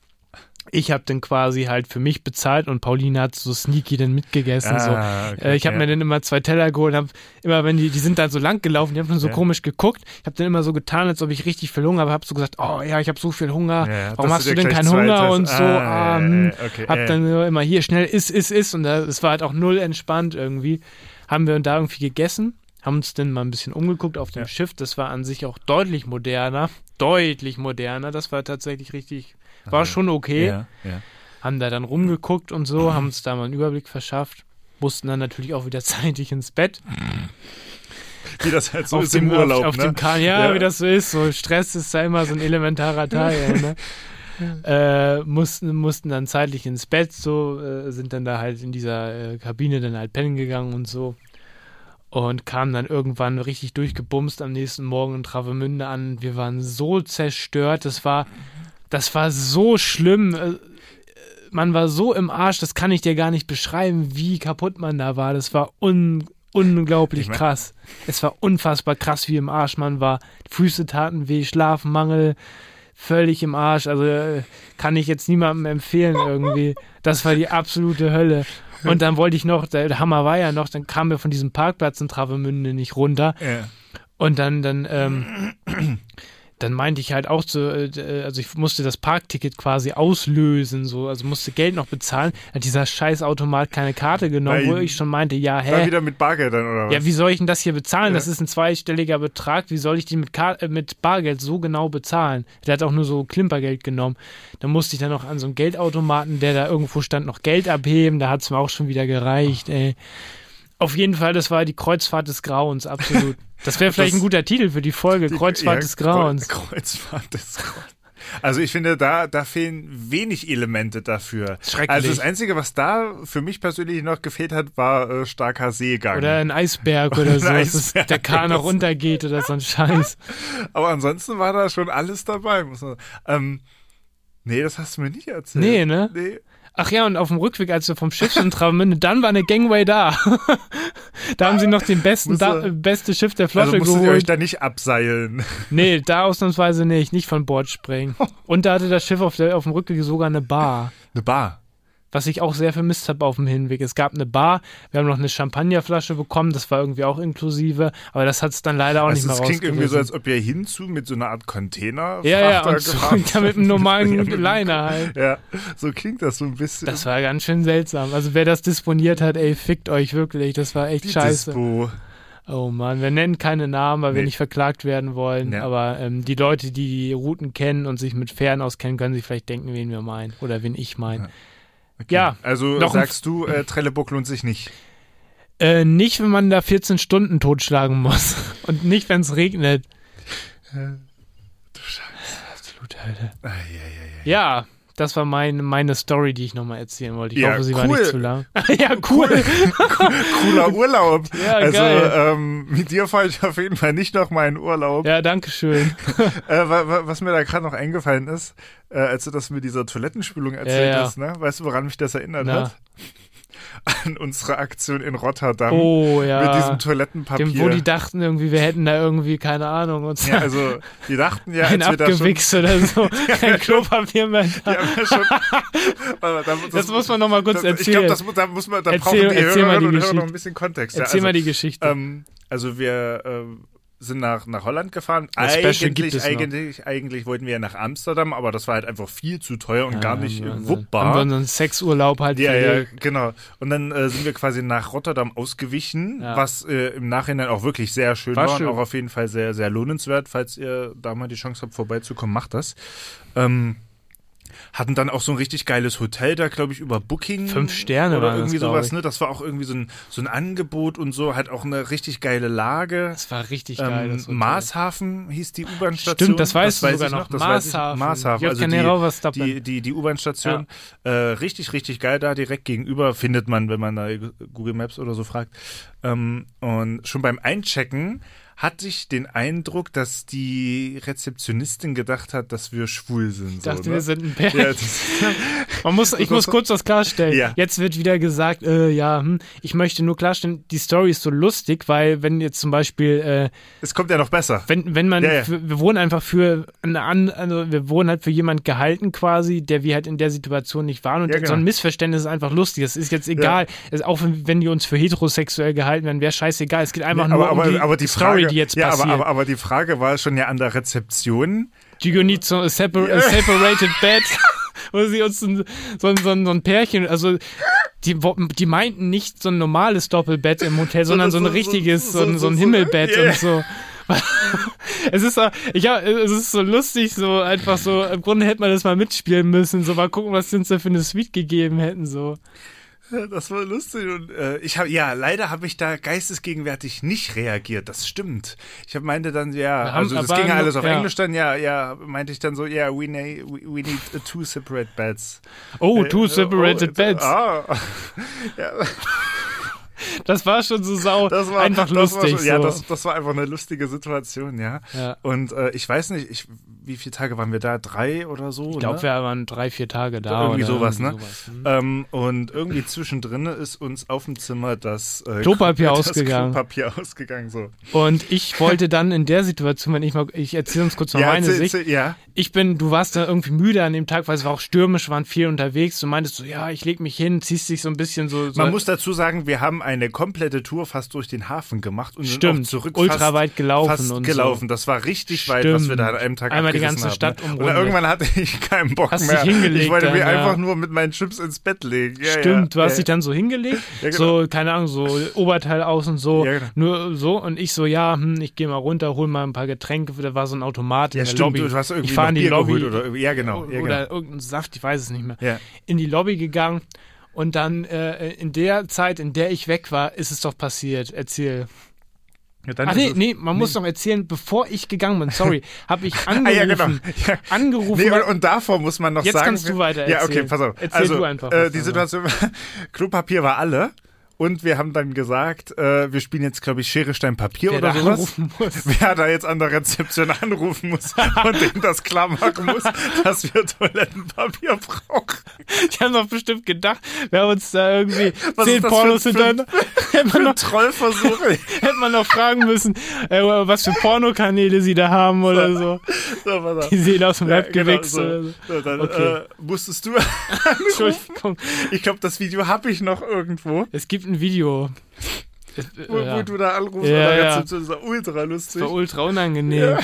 [SPEAKER 2] Ich habe dann quasi halt für mich bezahlt und Pauline hat so sneaky dann mitgegessen. so.
[SPEAKER 3] Ah, okay,
[SPEAKER 2] Äh, ich habe
[SPEAKER 3] ja.
[SPEAKER 2] mir dann immer zwei Teller geholt, hab immer wenn die, die sind dann so lang gelaufen, die haben schon so
[SPEAKER 3] Ja.
[SPEAKER 2] komisch geguckt. Ich habe dann immer so getan, als ob ich richtig viel Hunger habe, habe so gesagt, oh ja, ich habe so viel Hunger,
[SPEAKER 3] Ja,
[SPEAKER 2] warum
[SPEAKER 3] dass
[SPEAKER 2] hast du
[SPEAKER 3] dir
[SPEAKER 2] denn
[SPEAKER 3] gleich
[SPEAKER 2] keinen
[SPEAKER 3] zwei
[SPEAKER 2] Hunger
[SPEAKER 3] Tests-
[SPEAKER 2] und so.
[SPEAKER 3] Ah,
[SPEAKER 2] ah,
[SPEAKER 3] ja,
[SPEAKER 2] hm.
[SPEAKER 3] ja, ja, okay,
[SPEAKER 2] hab
[SPEAKER 3] ja, ja.
[SPEAKER 2] dann so immer hier schnell iss, iss, iss und da- es war halt auch null entspannt irgendwie. Haben wir da irgendwie gegessen, haben uns dann mal ein bisschen umgeguckt auf dem
[SPEAKER 3] Ja.
[SPEAKER 2] Schiff. Das war an sich auch deutlich moderner, deutlich moderner. Das war tatsächlich richtig, war schon okay
[SPEAKER 3] Ja, ja.
[SPEAKER 2] haben da dann rumgeguckt und so, haben uns da mal einen Überblick verschafft, mussten dann natürlich auch wieder <laughs> zeitig ins Bett.
[SPEAKER 3] Wie das halt so
[SPEAKER 2] auf
[SPEAKER 3] ist
[SPEAKER 2] dem,
[SPEAKER 3] im Urlaub.
[SPEAKER 2] auf, auf
[SPEAKER 3] ne?
[SPEAKER 2] dem Kahn, ja,
[SPEAKER 3] Ja.
[SPEAKER 2] wie das so ist, so Stress ist da immer so ein elementarer
[SPEAKER 3] <laughs>
[SPEAKER 2] Teil, ne? Äh, mussten, mussten dann zeitlich ins Bett, so äh, sind dann da halt in dieser äh, Kabine dann halt pennen gegangen und so und kamen dann irgendwann richtig durchgebumst am nächsten Morgen in Travemünde an. Wir waren so zerstört, das war, das war so schlimm. äh, äh, Man war so im Arsch, das kann ich dir gar nicht beschreiben, wie kaputt man da war. Das war un unglaublich
[SPEAKER 3] Ich mein-
[SPEAKER 2] krass. Es war unfassbar krass, wie im Arsch man war. Füße taten weh, Schlafmangel, völlig im Arsch. Also äh, kann ich jetzt niemandem empfehlen irgendwie. Das war die absolute Hölle. Und dann wollte ich noch, der der Hammer war ja noch, dann kamen wir von diesem Parkplatz in Travemünde nicht runter.
[SPEAKER 3] Ja.
[SPEAKER 2] Und dann, dann, ähm, dann meinte ich halt auch so, äh, also ich musste das Parkticket quasi auslösen, so, also musste Geld noch bezahlen. Hat dieser Scheißautomat keine Karte genommen,
[SPEAKER 3] Nein.
[SPEAKER 2] wo ich schon meinte, ja,
[SPEAKER 3] War
[SPEAKER 2] hä?
[SPEAKER 3] wieder mit Bargeld dann, oder was?
[SPEAKER 2] Ja, wie soll ich denn das hier bezahlen? Das ist ein zweistelliger Betrag. Wie soll ich den mit, Kar äh, mit Bargeld so genau bezahlen? Der hat auch nur so Klimpergeld genommen. Da musste ich dann noch an so einem Geldautomaten, der da irgendwo stand, noch Geld abheben. Da hat es mir auch schon wieder gereicht, ey. Auf jeden Fall, das war die Kreuzfahrt des Grauens,
[SPEAKER 3] <laughs>
[SPEAKER 2] absolut. Das wäre vielleicht
[SPEAKER 3] Das-
[SPEAKER 2] ein guter Titel für die Folge,
[SPEAKER 3] Die-
[SPEAKER 2] Kreuzfahrt
[SPEAKER 3] ja,
[SPEAKER 2] des Grauens.
[SPEAKER 3] Kreu- Kreuzfahrt des Grauens. Also ich finde, da, da fehlen wenig Elemente dafür.
[SPEAKER 2] Schrecklich.
[SPEAKER 3] Also das Einzige, was da für mich persönlich noch gefehlt hat, war äh, starker Seegang.
[SPEAKER 2] Oder ein Eisberg oder
[SPEAKER 3] ein
[SPEAKER 2] so, dass es-
[SPEAKER 3] Eisberg
[SPEAKER 2] der Kahn
[SPEAKER 3] oder
[SPEAKER 2] auch
[SPEAKER 3] so.
[SPEAKER 2] runtergeht oder
[SPEAKER 3] <laughs>
[SPEAKER 2] so ein Scheiß.
[SPEAKER 3] Aber ansonsten war da schon alles dabei. Muss man, ähm, nee, das hast du mir nicht erzählt.
[SPEAKER 2] Nee, ne?
[SPEAKER 3] Nee.
[SPEAKER 2] Ach ja, und auf dem Rückweg, als wir vom Schiff schon Travemünde, dann war eine Gangway da. <laughs> da haben sie noch den besten,
[SPEAKER 3] Muss
[SPEAKER 2] da,
[SPEAKER 3] er-
[SPEAKER 2] beste Schiff der
[SPEAKER 3] Also
[SPEAKER 2] Flotte
[SPEAKER 3] musstet ihr euch
[SPEAKER 2] geholt.
[SPEAKER 3] da <laughs> nicht abseilen.
[SPEAKER 2] nee, da ausnahmsweise nicht, nicht von Bord springen. Und da hatte das Schiff auf, der, auf dem Rückweg sogar eine Bar.
[SPEAKER 3] Eine Bar.
[SPEAKER 2] Was ich auch sehr vermisst habe auf dem Hinweg. Es gab eine Bar, wir haben noch eine Champagnerflasche bekommen, das war irgendwie auch inklusive, aber das hat es dann leider auch nicht
[SPEAKER 3] Also
[SPEAKER 2] mehr
[SPEAKER 3] es klingt irgendwie so,
[SPEAKER 2] rausgerissen.
[SPEAKER 3] als ob ihr hinzu mit so einer Art Container
[SPEAKER 2] Ja, <laughs> ja,
[SPEAKER 3] Frachter
[SPEAKER 2] und
[SPEAKER 3] gefahren
[SPEAKER 2] zurück da
[SPEAKER 3] <laughs>
[SPEAKER 2] mit einem normalen
[SPEAKER 3] seid.
[SPEAKER 2] Liner halt.
[SPEAKER 3] Ja, so klingt das so ein bisschen.
[SPEAKER 2] Das war ganz schön seltsam. Also wer das disponiert hat, ey, fickt euch wirklich. Das war echt
[SPEAKER 3] Die
[SPEAKER 2] scheiße.
[SPEAKER 3] Dispo.
[SPEAKER 2] Oh Mann, wir nennen keine Namen, weil wir
[SPEAKER 3] Nee.
[SPEAKER 2] nicht verklagt werden wollen.
[SPEAKER 3] Ja.
[SPEAKER 2] Aber ähm, die Leute, die die Routen kennen und sich mit Fähren auskennen, können sich vielleicht denken, wen wir meinen oder wen ich meine. Ja,
[SPEAKER 3] Also
[SPEAKER 2] noch ein-
[SPEAKER 3] sagst du, äh, Trelleburg lohnt
[SPEAKER 2] <laughs>
[SPEAKER 3] sich nicht.
[SPEAKER 2] Äh, nicht, wenn man da 14 Stunden totschlagen muss <laughs> und nicht, wenn es regnet.
[SPEAKER 3] Äh,
[SPEAKER 2] Absolut, Alter. Ja, das war mein, meine Story, die ich nochmal erzählen wollte. Ich
[SPEAKER 3] Ja,
[SPEAKER 2] hoffe, sie war
[SPEAKER 3] cool.
[SPEAKER 2] nicht zu
[SPEAKER 3] <laughs>
[SPEAKER 2] lang. <laughs> ja, cool.
[SPEAKER 3] Cooler Urlaub.
[SPEAKER 2] Ja,
[SPEAKER 3] also
[SPEAKER 2] geil.
[SPEAKER 3] Ähm, mit dir fahre ich auf jeden Fall nicht noch mal in Urlaub.
[SPEAKER 2] Ja, danke schön.
[SPEAKER 3] Äh, wa- wa- was mir da gerade noch eingefallen ist, äh, als du das mit dieser Toilettenspülung erzählt
[SPEAKER 2] Ja, ja.
[SPEAKER 3] hast, ne? weißt du, woran mich das erinnert
[SPEAKER 2] Na.
[SPEAKER 3] hat? <laughs> An unsere Aktion in Rotterdam
[SPEAKER 2] Oh ja.
[SPEAKER 3] mit diesem Toilettenpapier.
[SPEAKER 2] Dem, wo die dachten irgendwie, wir hätten da irgendwie, keine Ahnung, uns
[SPEAKER 3] ja, also die dachten
[SPEAKER 2] <laughs>
[SPEAKER 3] ja,
[SPEAKER 2] ein
[SPEAKER 3] als wir da schon, genau.
[SPEAKER 2] abgewichst oder so.
[SPEAKER 3] <laughs>
[SPEAKER 2] Kein Klopapier mehr. Da.
[SPEAKER 3] die haben
[SPEAKER 2] <laughs>
[SPEAKER 3] ja schon aber da,
[SPEAKER 2] das, muss man nochmal kurz
[SPEAKER 3] das, Ich
[SPEAKER 2] erzählen.
[SPEAKER 3] glaube, das mu- da muss man, da
[SPEAKER 2] Erzähl-
[SPEAKER 3] brauchen die
[SPEAKER 2] erzähl mal
[SPEAKER 3] Hörerinnen
[SPEAKER 2] die
[SPEAKER 3] und Hörer noch ein
[SPEAKER 2] Geschichte.
[SPEAKER 3] bisschen Kontext.
[SPEAKER 2] Erzähl
[SPEAKER 3] ja, also,
[SPEAKER 2] mal die Geschichte.
[SPEAKER 3] Ähm, also wir ähm, sind nach, nach Holland gefahren.
[SPEAKER 2] Das Special
[SPEAKER 3] eigentlich,
[SPEAKER 2] gibt es noch.
[SPEAKER 3] eigentlich, eigentlich wollten wir ja nach Amsterdam, aber das war halt einfach viel zu teuer und gar nicht
[SPEAKER 2] haben wir unseren- Haben wir
[SPEAKER 3] wuppbar.
[SPEAKER 2] unseren Sexurlaub halt
[SPEAKER 3] Ja, ja,
[SPEAKER 2] verlegt.
[SPEAKER 3] genau. Und dann äh, sind wir quasi nach Rotterdam ausgewichen,
[SPEAKER 2] Ja.
[SPEAKER 3] was äh, im Nachhinein auch wirklich sehr schön
[SPEAKER 2] War
[SPEAKER 3] war,
[SPEAKER 2] schön.
[SPEAKER 3] und auch auf jeden Fall sehr, sehr lohnenswert. Falls ihr da mal die Chance habt, vorbeizukommen, macht das. Ähm, hatten dann auch so ein richtig geiles Hotel da, glaube ich, über Booking.
[SPEAKER 2] Fünf Sterne
[SPEAKER 3] oder
[SPEAKER 2] waren das,
[SPEAKER 3] irgendwie
[SPEAKER 2] glaub
[SPEAKER 3] sowas,
[SPEAKER 2] ich.
[SPEAKER 3] ne? Das war auch irgendwie so ein, so ein Angebot und so, halt auch eine richtig geile Lage.
[SPEAKER 2] Das war richtig geil.
[SPEAKER 3] Ähm,
[SPEAKER 2] das Hotel.
[SPEAKER 3] Maßhafen hieß die U-Bahn-Station.
[SPEAKER 2] Stimmt, das weißt du
[SPEAKER 3] weiß
[SPEAKER 2] sogar
[SPEAKER 3] ich
[SPEAKER 2] noch.
[SPEAKER 3] Das weiß ich-
[SPEAKER 2] Maßhafen.
[SPEAKER 3] Maßhafen.
[SPEAKER 2] Jörg Carnero was
[SPEAKER 3] Also
[SPEAKER 2] da-
[SPEAKER 3] die, die, die, die U-Bahn-Station. Äh, richtig, richtig geil da. Direkt gegenüber findet man, wenn man da Google Maps oder so fragt. Ähm, und schon beim Einchecken hatte ich den Eindruck, dass die Rezeptionistin gedacht hat, dass wir schwul sind.
[SPEAKER 2] Ich dachte,
[SPEAKER 3] so, ne?
[SPEAKER 2] wir sind ein Pärchen.
[SPEAKER 3] Ja, das,
[SPEAKER 2] <laughs> Man muss, ich muss kurz was klarstellen.
[SPEAKER 3] Ja.
[SPEAKER 2] Jetzt wird wieder gesagt, äh, ja, hm, ich möchte nur klarstellen, die Story ist so lustig, weil wenn jetzt zum Beispiel äh,
[SPEAKER 3] es kommt ja noch besser.
[SPEAKER 2] Wenn, wenn man,
[SPEAKER 3] Ja, ja.
[SPEAKER 2] Für, wir wurden einfach für, eine, an- also wir wurden halt für jemand gehalten quasi, der wir halt in der Situation nicht waren und
[SPEAKER 3] Ja, genau.
[SPEAKER 2] so ein Missverständnis ist einfach lustig. Das ist jetzt egal. Es, auch wenn, wenn die uns für heterosexuell gehalten werden, wäre scheißegal. Es geht einfach
[SPEAKER 3] Nee,
[SPEAKER 2] nur
[SPEAKER 3] aber, aber,
[SPEAKER 2] um die,
[SPEAKER 3] aber die
[SPEAKER 2] Story,
[SPEAKER 3] Frage,
[SPEAKER 2] die jetzt
[SPEAKER 3] ja, aber,
[SPEAKER 2] passiert.
[SPEAKER 3] aber, aber die Frage war schon ja an der Rezeption.
[SPEAKER 2] Do you need so a, separ a separated
[SPEAKER 3] <laughs>
[SPEAKER 2] bed? Wo sie uns so, ein- so, ein- so, ein- so ein Pärchen, also die, wo- die meinten nicht so ein normales Doppelbett im Hotel, sondern so ein
[SPEAKER 3] so- so-
[SPEAKER 2] richtiges, so,
[SPEAKER 3] so-
[SPEAKER 2] ein- so ein
[SPEAKER 3] so- so-
[SPEAKER 2] Himmelbett
[SPEAKER 3] yeah.
[SPEAKER 2] und so. <laughs> Es ist, so- ja, es ist so lustig, so einfach so, im Grunde hätte man das mal mitspielen müssen, so mal gucken, was sie uns da für eine Suite gegeben hätten, so.
[SPEAKER 3] Ja, Das war lustig und äh, ich habe ja leider habe ich da geistesgegenwärtig nicht reagiert. Das stimmt. Ich hab, meinte dann ja,
[SPEAKER 2] haben
[SPEAKER 3] also das
[SPEAKER 2] aber
[SPEAKER 3] ging ja
[SPEAKER 2] nur-
[SPEAKER 3] alles auf
[SPEAKER 2] ja.
[SPEAKER 3] Englisch dann ja, ja meinte ich dann so ja we, ne- we, we need uh, two separate beds.
[SPEAKER 2] Oh, two
[SPEAKER 3] Äh,
[SPEAKER 2] separated
[SPEAKER 3] oh,
[SPEAKER 2] beds.
[SPEAKER 3] Ah, <laughs>
[SPEAKER 2] Das war schon so sau,
[SPEAKER 3] das war
[SPEAKER 2] einfach
[SPEAKER 3] das
[SPEAKER 2] lustig,
[SPEAKER 3] War schon, ja,
[SPEAKER 2] so.
[SPEAKER 3] das, das war einfach eine lustige Situation, ja.
[SPEAKER 2] Ja.
[SPEAKER 3] Und äh, ich weiß nicht, ich, wie viele Tage waren wir da? Drei oder so?
[SPEAKER 2] ich
[SPEAKER 3] ne?
[SPEAKER 2] glaube, wir waren drei, vier Tage da.
[SPEAKER 3] irgendwie
[SPEAKER 2] Ah, oder
[SPEAKER 3] sowas,
[SPEAKER 2] irgendwie hm.
[SPEAKER 3] ne? Ähm, und irgendwie zwischendrin ist uns auf dem Zimmer das äh,
[SPEAKER 2] Klopapier
[SPEAKER 3] das
[SPEAKER 2] ausgegangen.
[SPEAKER 3] Klopapier ausgegangen, so.
[SPEAKER 2] Und
[SPEAKER 3] <laughs>
[SPEAKER 2] ich wollte dann in der Situation, wenn ich mal, ich erzähle uns kurz mal meine
[SPEAKER 3] erzähl,
[SPEAKER 2] Sicht.
[SPEAKER 3] erzähl, ja.
[SPEAKER 2] Ich bin, du warst da irgendwie müde an dem Tag, weil es war auch stürmisch, waren viel unterwegs. Du meintest so, ja, ich leg mich hin, ziehst dich so ein bisschen so. so
[SPEAKER 3] Man muss dazu sagen, wir haben eine eine komplette Tour fast durch den Hafen gemacht und dann
[SPEAKER 2] Stimmt.
[SPEAKER 3] auch zurück
[SPEAKER 2] Ultra
[SPEAKER 3] fast,
[SPEAKER 2] weit gelaufen
[SPEAKER 3] fast
[SPEAKER 2] und so.
[SPEAKER 3] gelaufen. Das war richtig weit,
[SPEAKER 2] Stimmt.
[SPEAKER 3] was wir da an einem Tag
[SPEAKER 2] Einmal die
[SPEAKER 3] abgerissen
[SPEAKER 2] ganze
[SPEAKER 3] haben. ne?
[SPEAKER 2] Stadt
[SPEAKER 3] Und
[SPEAKER 2] umrundet.
[SPEAKER 3] irgendwann hatte ich keinen Bock
[SPEAKER 2] Hast
[SPEAKER 3] mehr.
[SPEAKER 2] dich hingelegt
[SPEAKER 3] ich wollte mir
[SPEAKER 2] dann, ja.
[SPEAKER 3] einfach nur mit meinen Chips ins Bett legen. Ja,
[SPEAKER 2] Stimmt, du
[SPEAKER 3] ja,
[SPEAKER 2] hast
[SPEAKER 3] ja.
[SPEAKER 2] dich dann so hingelegt,
[SPEAKER 3] <laughs> Ja, genau.
[SPEAKER 2] so, keine Ahnung, so Oberteil aus und so,
[SPEAKER 3] Ja, genau.
[SPEAKER 2] nur so und ich so, ja, hm, ich gehe mal runter, hol mal ein paar Getränke, da war so ein Automat
[SPEAKER 3] Ja,
[SPEAKER 2] in der
[SPEAKER 3] stimmt,
[SPEAKER 2] Lobby.
[SPEAKER 3] du hast irgendwie
[SPEAKER 2] ich fahr
[SPEAKER 3] noch
[SPEAKER 2] in die
[SPEAKER 3] Bier
[SPEAKER 2] Lobby
[SPEAKER 3] geholt oder irgendwie- ja, genau, ja,
[SPEAKER 2] oder irgendeinen Saft, ich weiß es nicht mehr,
[SPEAKER 3] Ja.
[SPEAKER 2] in die Lobby gegangen und dann äh, in der Zeit, in der ich weg war, ist es doch passiert, erzähl.
[SPEAKER 3] Ja, dann
[SPEAKER 2] Ach
[SPEAKER 3] ist
[SPEAKER 2] nee,
[SPEAKER 3] es-
[SPEAKER 2] nee, man muss doch erzählen, bevor ich gegangen bin,
[SPEAKER 3] <laughs>
[SPEAKER 2] sorry, habe ich
[SPEAKER 3] Ah,
[SPEAKER 2] angerufen,
[SPEAKER 3] ja, genau. Ja.
[SPEAKER 2] angerufen,
[SPEAKER 3] Nee, und, und davor muss man noch
[SPEAKER 2] Jetzt
[SPEAKER 3] sagen.
[SPEAKER 2] kannst du weiter
[SPEAKER 3] Ja, okay,
[SPEAKER 2] erzählen.
[SPEAKER 3] pass auf.
[SPEAKER 2] Erzähl
[SPEAKER 3] also,
[SPEAKER 2] du einfach
[SPEAKER 3] äh,
[SPEAKER 2] was,
[SPEAKER 3] die
[SPEAKER 2] also.
[SPEAKER 3] Situation, <laughs> Klopapier war alle. Und wir haben dann gesagt, äh, wir spielen jetzt, glaube ich, Schere, Stein, Papier
[SPEAKER 2] der
[SPEAKER 3] oder
[SPEAKER 2] da
[SPEAKER 3] sowas.
[SPEAKER 2] anrufen
[SPEAKER 3] <laughs>
[SPEAKER 2] muss.
[SPEAKER 3] Wer da jetzt an der Rezeption anrufen
[SPEAKER 2] <laughs>
[SPEAKER 3] muss und dem das klar machen muss, dass wir Toilettenpapier brauchen.
[SPEAKER 2] <laughs> Die haben doch bestimmt gedacht, wir haben uns da irgendwie
[SPEAKER 3] <laughs> Was
[SPEAKER 2] zehn
[SPEAKER 3] ist das
[SPEAKER 2] Pornos
[SPEAKER 3] für ein-
[SPEAKER 2] hintereinander.
[SPEAKER 3] <laughs>
[SPEAKER 2] <laughs> Hätte man, noch, <laughs>
[SPEAKER 3] Trollversuche.
[SPEAKER 2] hätte man noch fragen müssen, äh, was für Pornokanäle sie da haben oder so.
[SPEAKER 3] So, pass auf.
[SPEAKER 2] Die sehen aus dem
[SPEAKER 3] Ja,
[SPEAKER 2] Web
[SPEAKER 3] genau,
[SPEAKER 2] gewichst
[SPEAKER 3] so.
[SPEAKER 2] oder
[SPEAKER 3] <laughs>
[SPEAKER 2] so.
[SPEAKER 3] So, dann
[SPEAKER 2] Okay.
[SPEAKER 3] äh, musstest du. <laughs>
[SPEAKER 2] Entschuldigung.
[SPEAKER 3] ich glaube, das Video habe ich noch irgendwo,
[SPEAKER 2] Es gibt ein Video. Es, äh,
[SPEAKER 3] wo,
[SPEAKER 2] ja.
[SPEAKER 3] wo du da anrufst.
[SPEAKER 2] Ja,
[SPEAKER 3] an der
[SPEAKER 2] ja.
[SPEAKER 3] Rezeption. Das war ultra lustig.
[SPEAKER 2] war ultra unangenehm.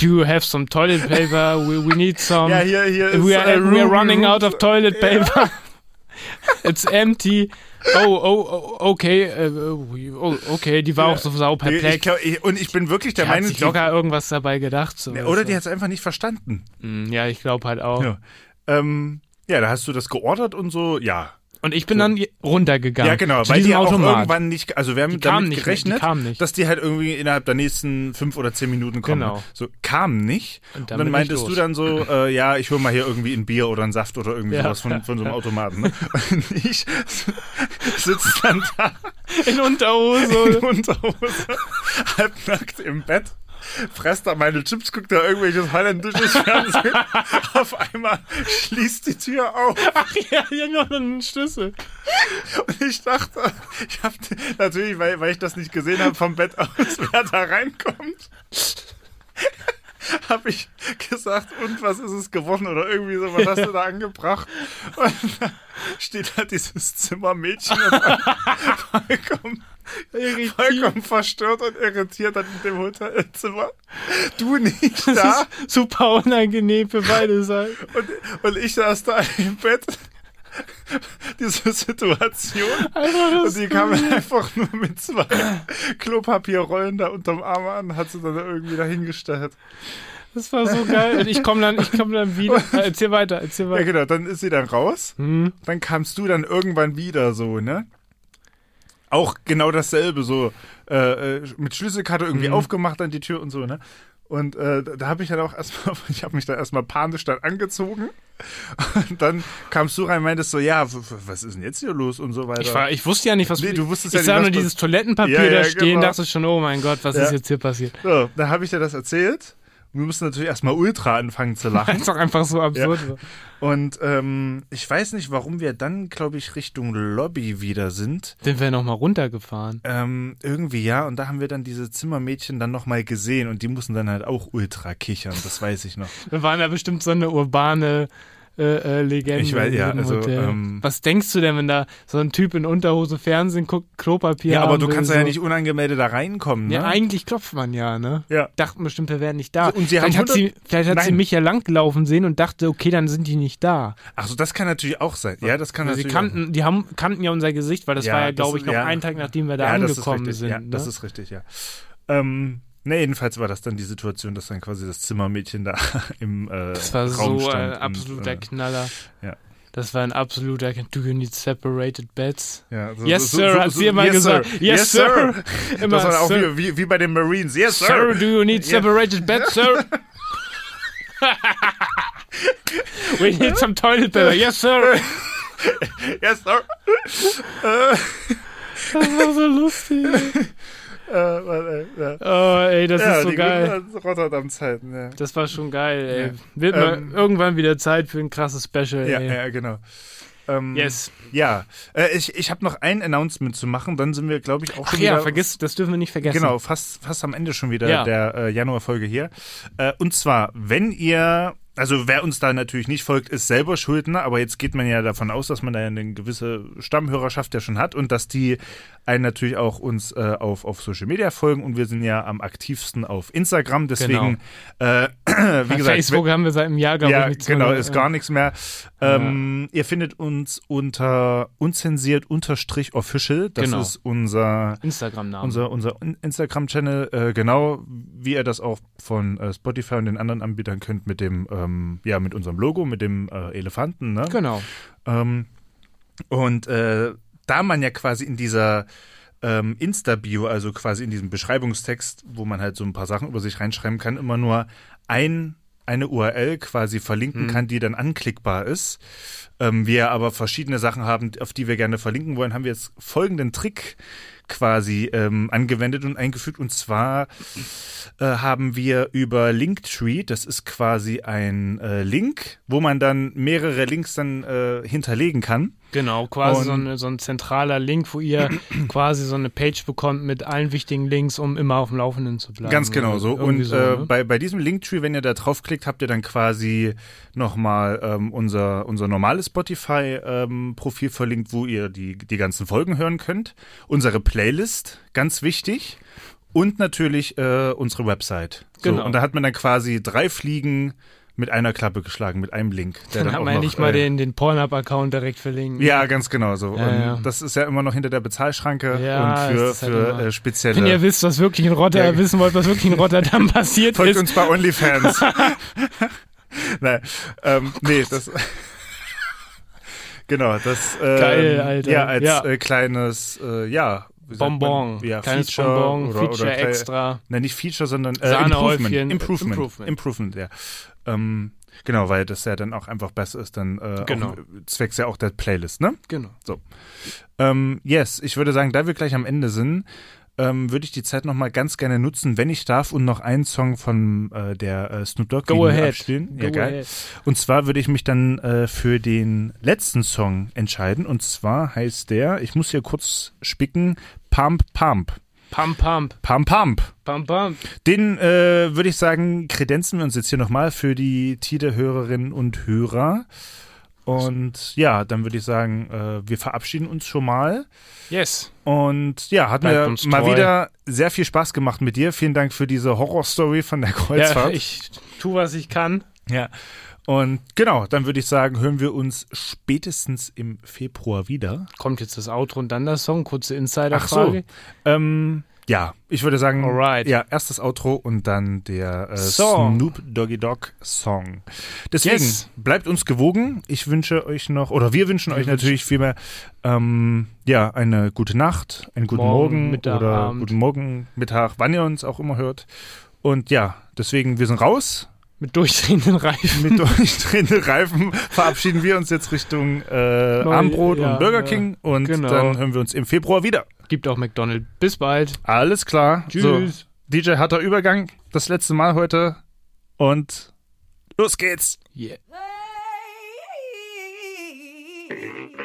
[SPEAKER 2] Do you have some toilet paper? We, we need some.
[SPEAKER 3] Ja, hier, hier ist
[SPEAKER 2] we, are,
[SPEAKER 3] äh,
[SPEAKER 2] we are
[SPEAKER 3] Room-
[SPEAKER 2] running
[SPEAKER 3] Room-
[SPEAKER 2] out of toilet paper. <laughs> It's empty. Oh, oh, oh okay. äh, we- Oh, okay, die war auch so sau
[SPEAKER 3] Nee,
[SPEAKER 2] perplex.
[SPEAKER 3] Ich glaub, ich, und ich bin wirklich der
[SPEAKER 2] Der hat
[SPEAKER 3] Meinung,
[SPEAKER 2] sich
[SPEAKER 3] die,
[SPEAKER 2] locker irgendwas dabei gedacht. So
[SPEAKER 3] oder die hat es einfach nicht verstanden.
[SPEAKER 2] Mm, Ja, ich glaube halt auch.
[SPEAKER 3] Ja. Ähm, ja, da hast du das geordert und so, ja.
[SPEAKER 2] Und ich bin dann je- runtergegangen.
[SPEAKER 3] Ja, genau,
[SPEAKER 2] zu
[SPEAKER 3] weil
[SPEAKER 2] diesem
[SPEAKER 3] die auch
[SPEAKER 2] Automat.
[SPEAKER 3] irgendwann nicht, also wir haben
[SPEAKER 2] Die kamen
[SPEAKER 3] damit
[SPEAKER 2] nicht,
[SPEAKER 3] gerechnet,
[SPEAKER 2] die kamen nicht.
[SPEAKER 3] dass die halt irgendwie innerhalb der nächsten fünf oder zehn Minuten kommen.
[SPEAKER 2] Genau.
[SPEAKER 3] So, kam nicht. Und
[SPEAKER 2] Und
[SPEAKER 3] dann,
[SPEAKER 2] dann bin ich
[SPEAKER 3] meintest du
[SPEAKER 2] los.
[SPEAKER 3] dann so, äh, ja, ich hol mal hier irgendwie ein Bier oder einen Saft oder irgendwie
[SPEAKER 2] Ja.
[SPEAKER 3] sowas von, von so einem Automaten. Ne? <laughs> Und ich sitze dann da
[SPEAKER 2] in
[SPEAKER 3] in <laughs>
[SPEAKER 2] Unterhose.
[SPEAKER 3] Unterhose, <laughs> halbnackt im Bett, fresst da meine Chips, guckt da irgendwelches holländisches Fernsehen. <laughs> Auf einmal schließt die Tür auf
[SPEAKER 2] Ach ja, ja, nur einen Schlüssel.
[SPEAKER 3] und ich dachte, ich hab natürlich, weil, weil ich das nicht gesehen habe vom Bett aus, <laughs> wer da reinkommt. Habe ich gesagt, und was ist es geworden oder irgendwie so, was hast du da angebracht? Und da steht da dieses Zimmermädchen und vollkommen vollkommen verstört und irritiert dann in dem Hotelzimmer. Du nicht da
[SPEAKER 2] Das ist super unangenehm für beide
[SPEAKER 3] <laughs>
[SPEAKER 2] Seiten.
[SPEAKER 3] und, und ich saß da im Bett. Diese Situation. Und die kam einfach nur mit zwei Klopapierrollen da unterm Arm an, hat sie dann irgendwie dahingestellt.
[SPEAKER 2] Das war so geil. Und ich komme dann, ich komm dann
[SPEAKER 3] <laughs>
[SPEAKER 2] wieder. Ah, Erzähl weiter, erzähl
[SPEAKER 3] Ja,
[SPEAKER 2] weiter.
[SPEAKER 3] genau, dann ist sie dann raus.
[SPEAKER 2] Hm.
[SPEAKER 3] Dann kamst du dann irgendwann wieder so, ne? Auch genau dasselbe, so äh, äh, mit Schlüsselkarte
[SPEAKER 2] Hm.
[SPEAKER 3] irgendwie aufgemacht an die Tür und so, ne? Und äh, da- da habe ich dann auch erstmal, <laughs> ich habe mich dann erstmal panisch dann angezogen. Und dann kamst du rein, meintest so, ja, w- w- was ist denn jetzt hier los und so weiter.
[SPEAKER 2] Ich, war, ich wusste ja nicht, was
[SPEAKER 3] Also Nee, du wusstest
[SPEAKER 2] Ich
[SPEAKER 3] ja nicht,
[SPEAKER 2] sah nur
[SPEAKER 3] was-
[SPEAKER 2] dieses Toilettenpapier
[SPEAKER 3] Ja, ja,
[SPEAKER 2] da stehen,
[SPEAKER 3] genau.
[SPEAKER 2] dachte schon, oh mein Gott, was
[SPEAKER 3] Ja.
[SPEAKER 2] ist jetzt hier passiert? <laughs>
[SPEAKER 3] so, dann habe ich dir das erzählt. Und wir mussten natürlich erstmal ultra anfangen zu lachen.
[SPEAKER 2] Das ist doch einfach so absurd. war.
[SPEAKER 3] Und ähm, ich weiß nicht, warum wir dann, glaube ich, Richtung Lobby wieder sind.
[SPEAKER 2] Sind wir nochmal runtergefahren.
[SPEAKER 3] Ähm, irgendwie ja, und da haben wir dann diese Zimmermädchen dann nochmal gesehen und die mussten dann halt auch ultra kichern, das weiß ich noch.
[SPEAKER 2] Wir waren ja bestimmt so eine urbane äh, äh, Legende.
[SPEAKER 3] Ich weiß,
[SPEAKER 2] in
[SPEAKER 3] ja,
[SPEAKER 2] diesem
[SPEAKER 3] also,
[SPEAKER 2] Hotel.
[SPEAKER 3] ähm,
[SPEAKER 2] Was denkst du denn, wenn da so ein Typ in Unterhose Fernsehen guckt, Klopapier
[SPEAKER 3] Ja, aber
[SPEAKER 2] haben
[SPEAKER 3] du
[SPEAKER 2] will,
[SPEAKER 3] kannst
[SPEAKER 2] so.
[SPEAKER 3] ja nicht unangemeldet da reinkommen, ne?
[SPEAKER 2] Ja, eigentlich klopft man ja, ne?
[SPEAKER 3] Ja.
[SPEAKER 2] Dachten bestimmt, wir wären nicht da.
[SPEAKER 3] So, und sie haben
[SPEAKER 2] vielleicht hat, sie,
[SPEAKER 3] 100
[SPEAKER 2] vielleicht hat sie
[SPEAKER 3] Nein.
[SPEAKER 2] mich ja langlaufen sehen und dachte, okay, dann sind die nicht da.
[SPEAKER 3] Ach so, das kann natürlich auch sein. Ja, das kann
[SPEAKER 2] Also sie
[SPEAKER 3] natürlich auch
[SPEAKER 2] kannten, die haben, kannten ja unser Gesicht, weil das
[SPEAKER 3] Ja,
[SPEAKER 2] war ja,
[SPEAKER 3] das
[SPEAKER 2] glaube
[SPEAKER 3] ist-
[SPEAKER 2] ich, noch
[SPEAKER 3] ja.
[SPEAKER 2] einen Tag, nachdem wir
[SPEAKER 3] sein.
[SPEAKER 2] da
[SPEAKER 3] ja, das ist
[SPEAKER 2] angekommen
[SPEAKER 3] richtig.
[SPEAKER 2] sind.
[SPEAKER 3] ja,
[SPEAKER 2] ne?
[SPEAKER 3] das ist richtig, ja. Ähm, ne, jedenfalls war das dann die Situation, dass dann quasi das Zimmermädchen da <laughs> im äh,
[SPEAKER 2] Das war
[SPEAKER 3] Raum
[SPEAKER 2] so ein
[SPEAKER 3] stand.
[SPEAKER 2] absoluter
[SPEAKER 3] und, äh,
[SPEAKER 2] Knaller.
[SPEAKER 3] ja.
[SPEAKER 2] Das war ein absoluter Knaller. Do you need separated beds?
[SPEAKER 3] äh, ja, so,
[SPEAKER 2] Yes, sir, hat sie immer gesagt.
[SPEAKER 3] Sir.
[SPEAKER 2] Yes, sir. <laughs> Immer,
[SPEAKER 3] das war auch
[SPEAKER 2] sir.
[SPEAKER 3] Wie, wie, wie bei den Marines. Yes, sir.
[SPEAKER 2] Sir, do you need
[SPEAKER 3] Ja.
[SPEAKER 2] separated beds,
[SPEAKER 3] <laughs>
[SPEAKER 2] sir? We need some toilet paper. Yes,
[SPEAKER 3] <laughs>
[SPEAKER 2] sir.
[SPEAKER 3] Yes, sir.
[SPEAKER 2] Das war so lustig.
[SPEAKER 3] Äh, äh, äh, ja.
[SPEAKER 2] Oh, ey, das
[SPEAKER 3] ja,
[SPEAKER 2] ist so
[SPEAKER 3] die
[SPEAKER 2] geil.
[SPEAKER 3] guten alten Rotterdam-Zeiten, ja.
[SPEAKER 2] Das war schon geil, ey.
[SPEAKER 3] Ja.
[SPEAKER 2] Wird
[SPEAKER 3] Ähm,
[SPEAKER 2] mal irgendwann wieder Zeit für ein krasses Special,
[SPEAKER 3] Ja,
[SPEAKER 2] ey.
[SPEAKER 3] ja, genau. Ähm,
[SPEAKER 2] Yes.
[SPEAKER 3] Ja, äh, ich, ich habe noch ein Announcement zu machen, dann sind wir, glaube ich, auch
[SPEAKER 2] Ach
[SPEAKER 3] schon
[SPEAKER 2] ja,
[SPEAKER 3] wieder...
[SPEAKER 2] vergiss, das dürfen wir nicht vergessen.
[SPEAKER 3] Genau, fast, fast am Ende schon wieder
[SPEAKER 2] Ja.
[SPEAKER 3] der äh, Januarfolge hier. Äh, und zwar, wenn ihr also wer uns da natürlich nicht folgt, ist selber Schuldner, aber jetzt geht man ja davon aus, dass man da eine gewisse Stammhörerschaft ja schon hat und dass die einen natürlich auch uns äh, auf, auf Social Media folgen und wir sind ja am aktivsten auf Instagram, deswegen,
[SPEAKER 2] Genau.
[SPEAKER 3] äh, <clears throat> wie gesagt,
[SPEAKER 2] Facebook haben wir seit einem Jahr, glaube
[SPEAKER 3] ja,
[SPEAKER 2] ich, äh, nichts
[SPEAKER 3] genau,
[SPEAKER 2] mehr.
[SPEAKER 3] ist gar nichts mehr. Ähm, Ihr findet uns unter unzensiert unterstrich official, das
[SPEAKER 2] Genau.
[SPEAKER 3] ist unser
[SPEAKER 2] Instagram-Namen.
[SPEAKER 3] unser, unser In- Instagram-Channel, äh, genau wie ihr das auch von äh, Spotify und den anderen Anbietern könnt mit dem, ähm, ja, mit unserem Logo, mit dem äh, Elefanten, ne?
[SPEAKER 2] genau.
[SPEAKER 3] Ähm, und äh, da man ja quasi in dieser ähm, Insta-Bio, also quasi in diesem Beschreibungstext, wo man halt so ein paar Sachen über sich reinschreiben kann, immer nur ein, eine URL quasi verlinken kann, die dann anklickbar ist. Ähm, wir aber verschiedene Sachen haben, auf die wir gerne verlinken wollen, haben wir jetzt folgenden Trick quasi ähm, angewendet und eingefügt. Und zwar äh, haben wir über Linktree, das ist quasi ein äh, Link, wo man dann mehrere Links dann äh, hinterlegen kann.
[SPEAKER 2] Genau, quasi
[SPEAKER 3] Und-
[SPEAKER 2] so, eine, so ein zentraler Link, wo
[SPEAKER 3] <clears throat>
[SPEAKER 2] ihr quasi so eine Page bekommt mit allen wichtigen Links, um immer auf dem Laufenden zu bleiben.
[SPEAKER 3] Ganz genau
[SPEAKER 2] Oder
[SPEAKER 3] so.
[SPEAKER 2] irgendwie
[SPEAKER 3] Und
[SPEAKER 2] so,
[SPEAKER 3] äh,
[SPEAKER 2] ne?
[SPEAKER 3] bei, bei diesem Linktree, wenn ihr da draufklickt, habt ihr dann quasi nochmal ähm, unser, unser normales Spotify-Profil verlinkt, wo ihr die, die ganzen Folgen hören könnt. Unsere Playlist, ganz wichtig. Und natürlich äh, unsere Website. So,
[SPEAKER 2] Genau.
[SPEAKER 3] Und da hat man dann quasi drei Fliegen mit einer Klappe geschlagen, mit einem Link. Der
[SPEAKER 2] dann hat
[SPEAKER 3] auch
[SPEAKER 2] man ja
[SPEAKER 3] noch,
[SPEAKER 2] nicht mal
[SPEAKER 3] äh,
[SPEAKER 2] den, den Pornhub-Account direkt verlinken.
[SPEAKER 3] Ja, ganz genau so.
[SPEAKER 2] Ja,
[SPEAKER 3] und
[SPEAKER 2] ja.
[SPEAKER 3] das ist ja immer noch hinter der Bezahlschranke
[SPEAKER 2] Ja,
[SPEAKER 3] und für,
[SPEAKER 2] das ist halt
[SPEAKER 3] für
[SPEAKER 2] immer-
[SPEAKER 3] äh,
[SPEAKER 2] Wenn ihr
[SPEAKER 3] spezielle.
[SPEAKER 2] wisst, was wirklich in Rotterdam,
[SPEAKER 3] Ja.
[SPEAKER 2] wissen wollt, was wirklich in
[SPEAKER 3] <laughs>
[SPEAKER 2] Rotterdam passiert
[SPEAKER 3] Folgt
[SPEAKER 2] ist,
[SPEAKER 3] uns
[SPEAKER 2] <laughs>
[SPEAKER 3] bei OnlyFans. <laughs> Nein, ähm,
[SPEAKER 2] Oh
[SPEAKER 3] nee, das. <laughs> genau, das. Ähm,
[SPEAKER 2] Geil, Alter.
[SPEAKER 3] Ja, als
[SPEAKER 2] Ja.
[SPEAKER 3] Äh, kleines, äh, ja. wie sagt man?
[SPEAKER 2] Bonbon.
[SPEAKER 3] Ja,
[SPEAKER 2] Kleines
[SPEAKER 3] Feature
[SPEAKER 2] Bonbon,
[SPEAKER 3] oder,
[SPEAKER 2] Feature
[SPEAKER 3] oder klei-
[SPEAKER 2] extra.
[SPEAKER 3] Nein, nicht Feature, sondern äh, Improvement.
[SPEAKER 2] Sahnehäufchen.
[SPEAKER 3] Improvement. Improvement.
[SPEAKER 2] Improvement.
[SPEAKER 3] ja. Ähm, genau, weil das ja dann auch einfach besser ist, dann äh,
[SPEAKER 2] Genau.
[SPEAKER 3] auch, zwecks ja auch der Playlist, ne?
[SPEAKER 2] Genau.
[SPEAKER 3] Ähm, yes, ich würde sagen, da wir gleich am Ende sind, ähm, würde ich die Zeit nochmal ganz gerne nutzen, wenn ich darf, und noch einen Song von äh, der äh, Snoop Dogg
[SPEAKER 2] Go
[SPEAKER 3] Linie
[SPEAKER 2] ahead.
[SPEAKER 3] abspielen.
[SPEAKER 2] Go
[SPEAKER 3] ja, geil.
[SPEAKER 2] ahead.
[SPEAKER 3] Und zwar würde ich mich dann äh, für den letzten Song entscheiden. Und zwar heißt der, ich muss hier kurz spicken, Pump Pump.
[SPEAKER 2] Pump, pump,
[SPEAKER 3] Pump Pump.
[SPEAKER 2] pump, pump.
[SPEAKER 3] Den äh, würde ich sagen, kredenzen wir uns jetzt hier nochmal für die Tide-Hörerinnen und Hörer. Und ja, dann würde ich sagen, äh, wir verabschieden uns schon mal.
[SPEAKER 2] Yes.
[SPEAKER 3] Und ja, hat
[SPEAKER 2] Bleibt
[SPEAKER 3] mir
[SPEAKER 2] uns
[SPEAKER 3] mal
[SPEAKER 2] treu.
[SPEAKER 3] wieder sehr viel Spaß gemacht mit dir. Vielen Dank für diese Horrorstory von der <laughs>
[SPEAKER 2] Ja,
[SPEAKER 3] Kreuzfahrt.
[SPEAKER 2] ich tu, was ich kann.
[SPEAKER 3] Ja. Und genau, dann würde ich sagen, hören wir uns spätestens im Februar wieder.
[SPEAKER 2] Kommt jetzt das Outro und dann der Song. Kurze
[SPEAKER 3] Ach so.
[SPEAKER 2] Insider-Frage.
[SPEAKER 3] Ähm, ja, ich würde sagen,
[SPEAKER 2] Alright.
[SPEAKER 3] ja, erst das Outro und dann der äh,
[SPEAKER 2] Song.
[SPEAKER 3] Snoop Doggy Dogg Song. Deswegen
[SPEAKER 2] Yes.
[SPEAKER 3] bleibt uns gewogen. Ich wünsche euch noch, oder wir wünschen euch natürlich vielmehr, ähm, ja, eine gute Nacht, einen guten
[SPEAKER 2] Morgen,
[SPEAKER 3] Morgen,
[SPEAKER 2] Mittag,
[SPEAKER 3] oder
[SPEAKER 2] Abend.
[SPEAKER 3] guten Morgen, Mittag, wann ihr uns auch immer hört. Und ja, deswegen, wir sind raus.
[SPEAKER 2] Mit durchdrehenden Reifen. <laughs>
[SPEAKER 3] Mit durchdrehenden Reifen verabschieden wir uns jetzt Richtung äh, Armbrot
[SPEAKER 2] ja,
[SPEAKER 3] und Burger
[SPEAKER 2] ja.
[SPEAKER 3] King. Und
[SPEAKER 2] Genau.
[SPEAKER 3] dann hören wir uns im Februar wieder.
[SPEAKER 2] Gibt auch McDonald's. Bis bald.
[SPEAKER 3] Alles klar.
[SPEAKER 2] Tschüss.
[SPEAKER 3] DJ harter Übergang, das letzte Mal heute und los geht's.
[SPEAKER 2] Yeah.
[SPEAKER 1] Hey.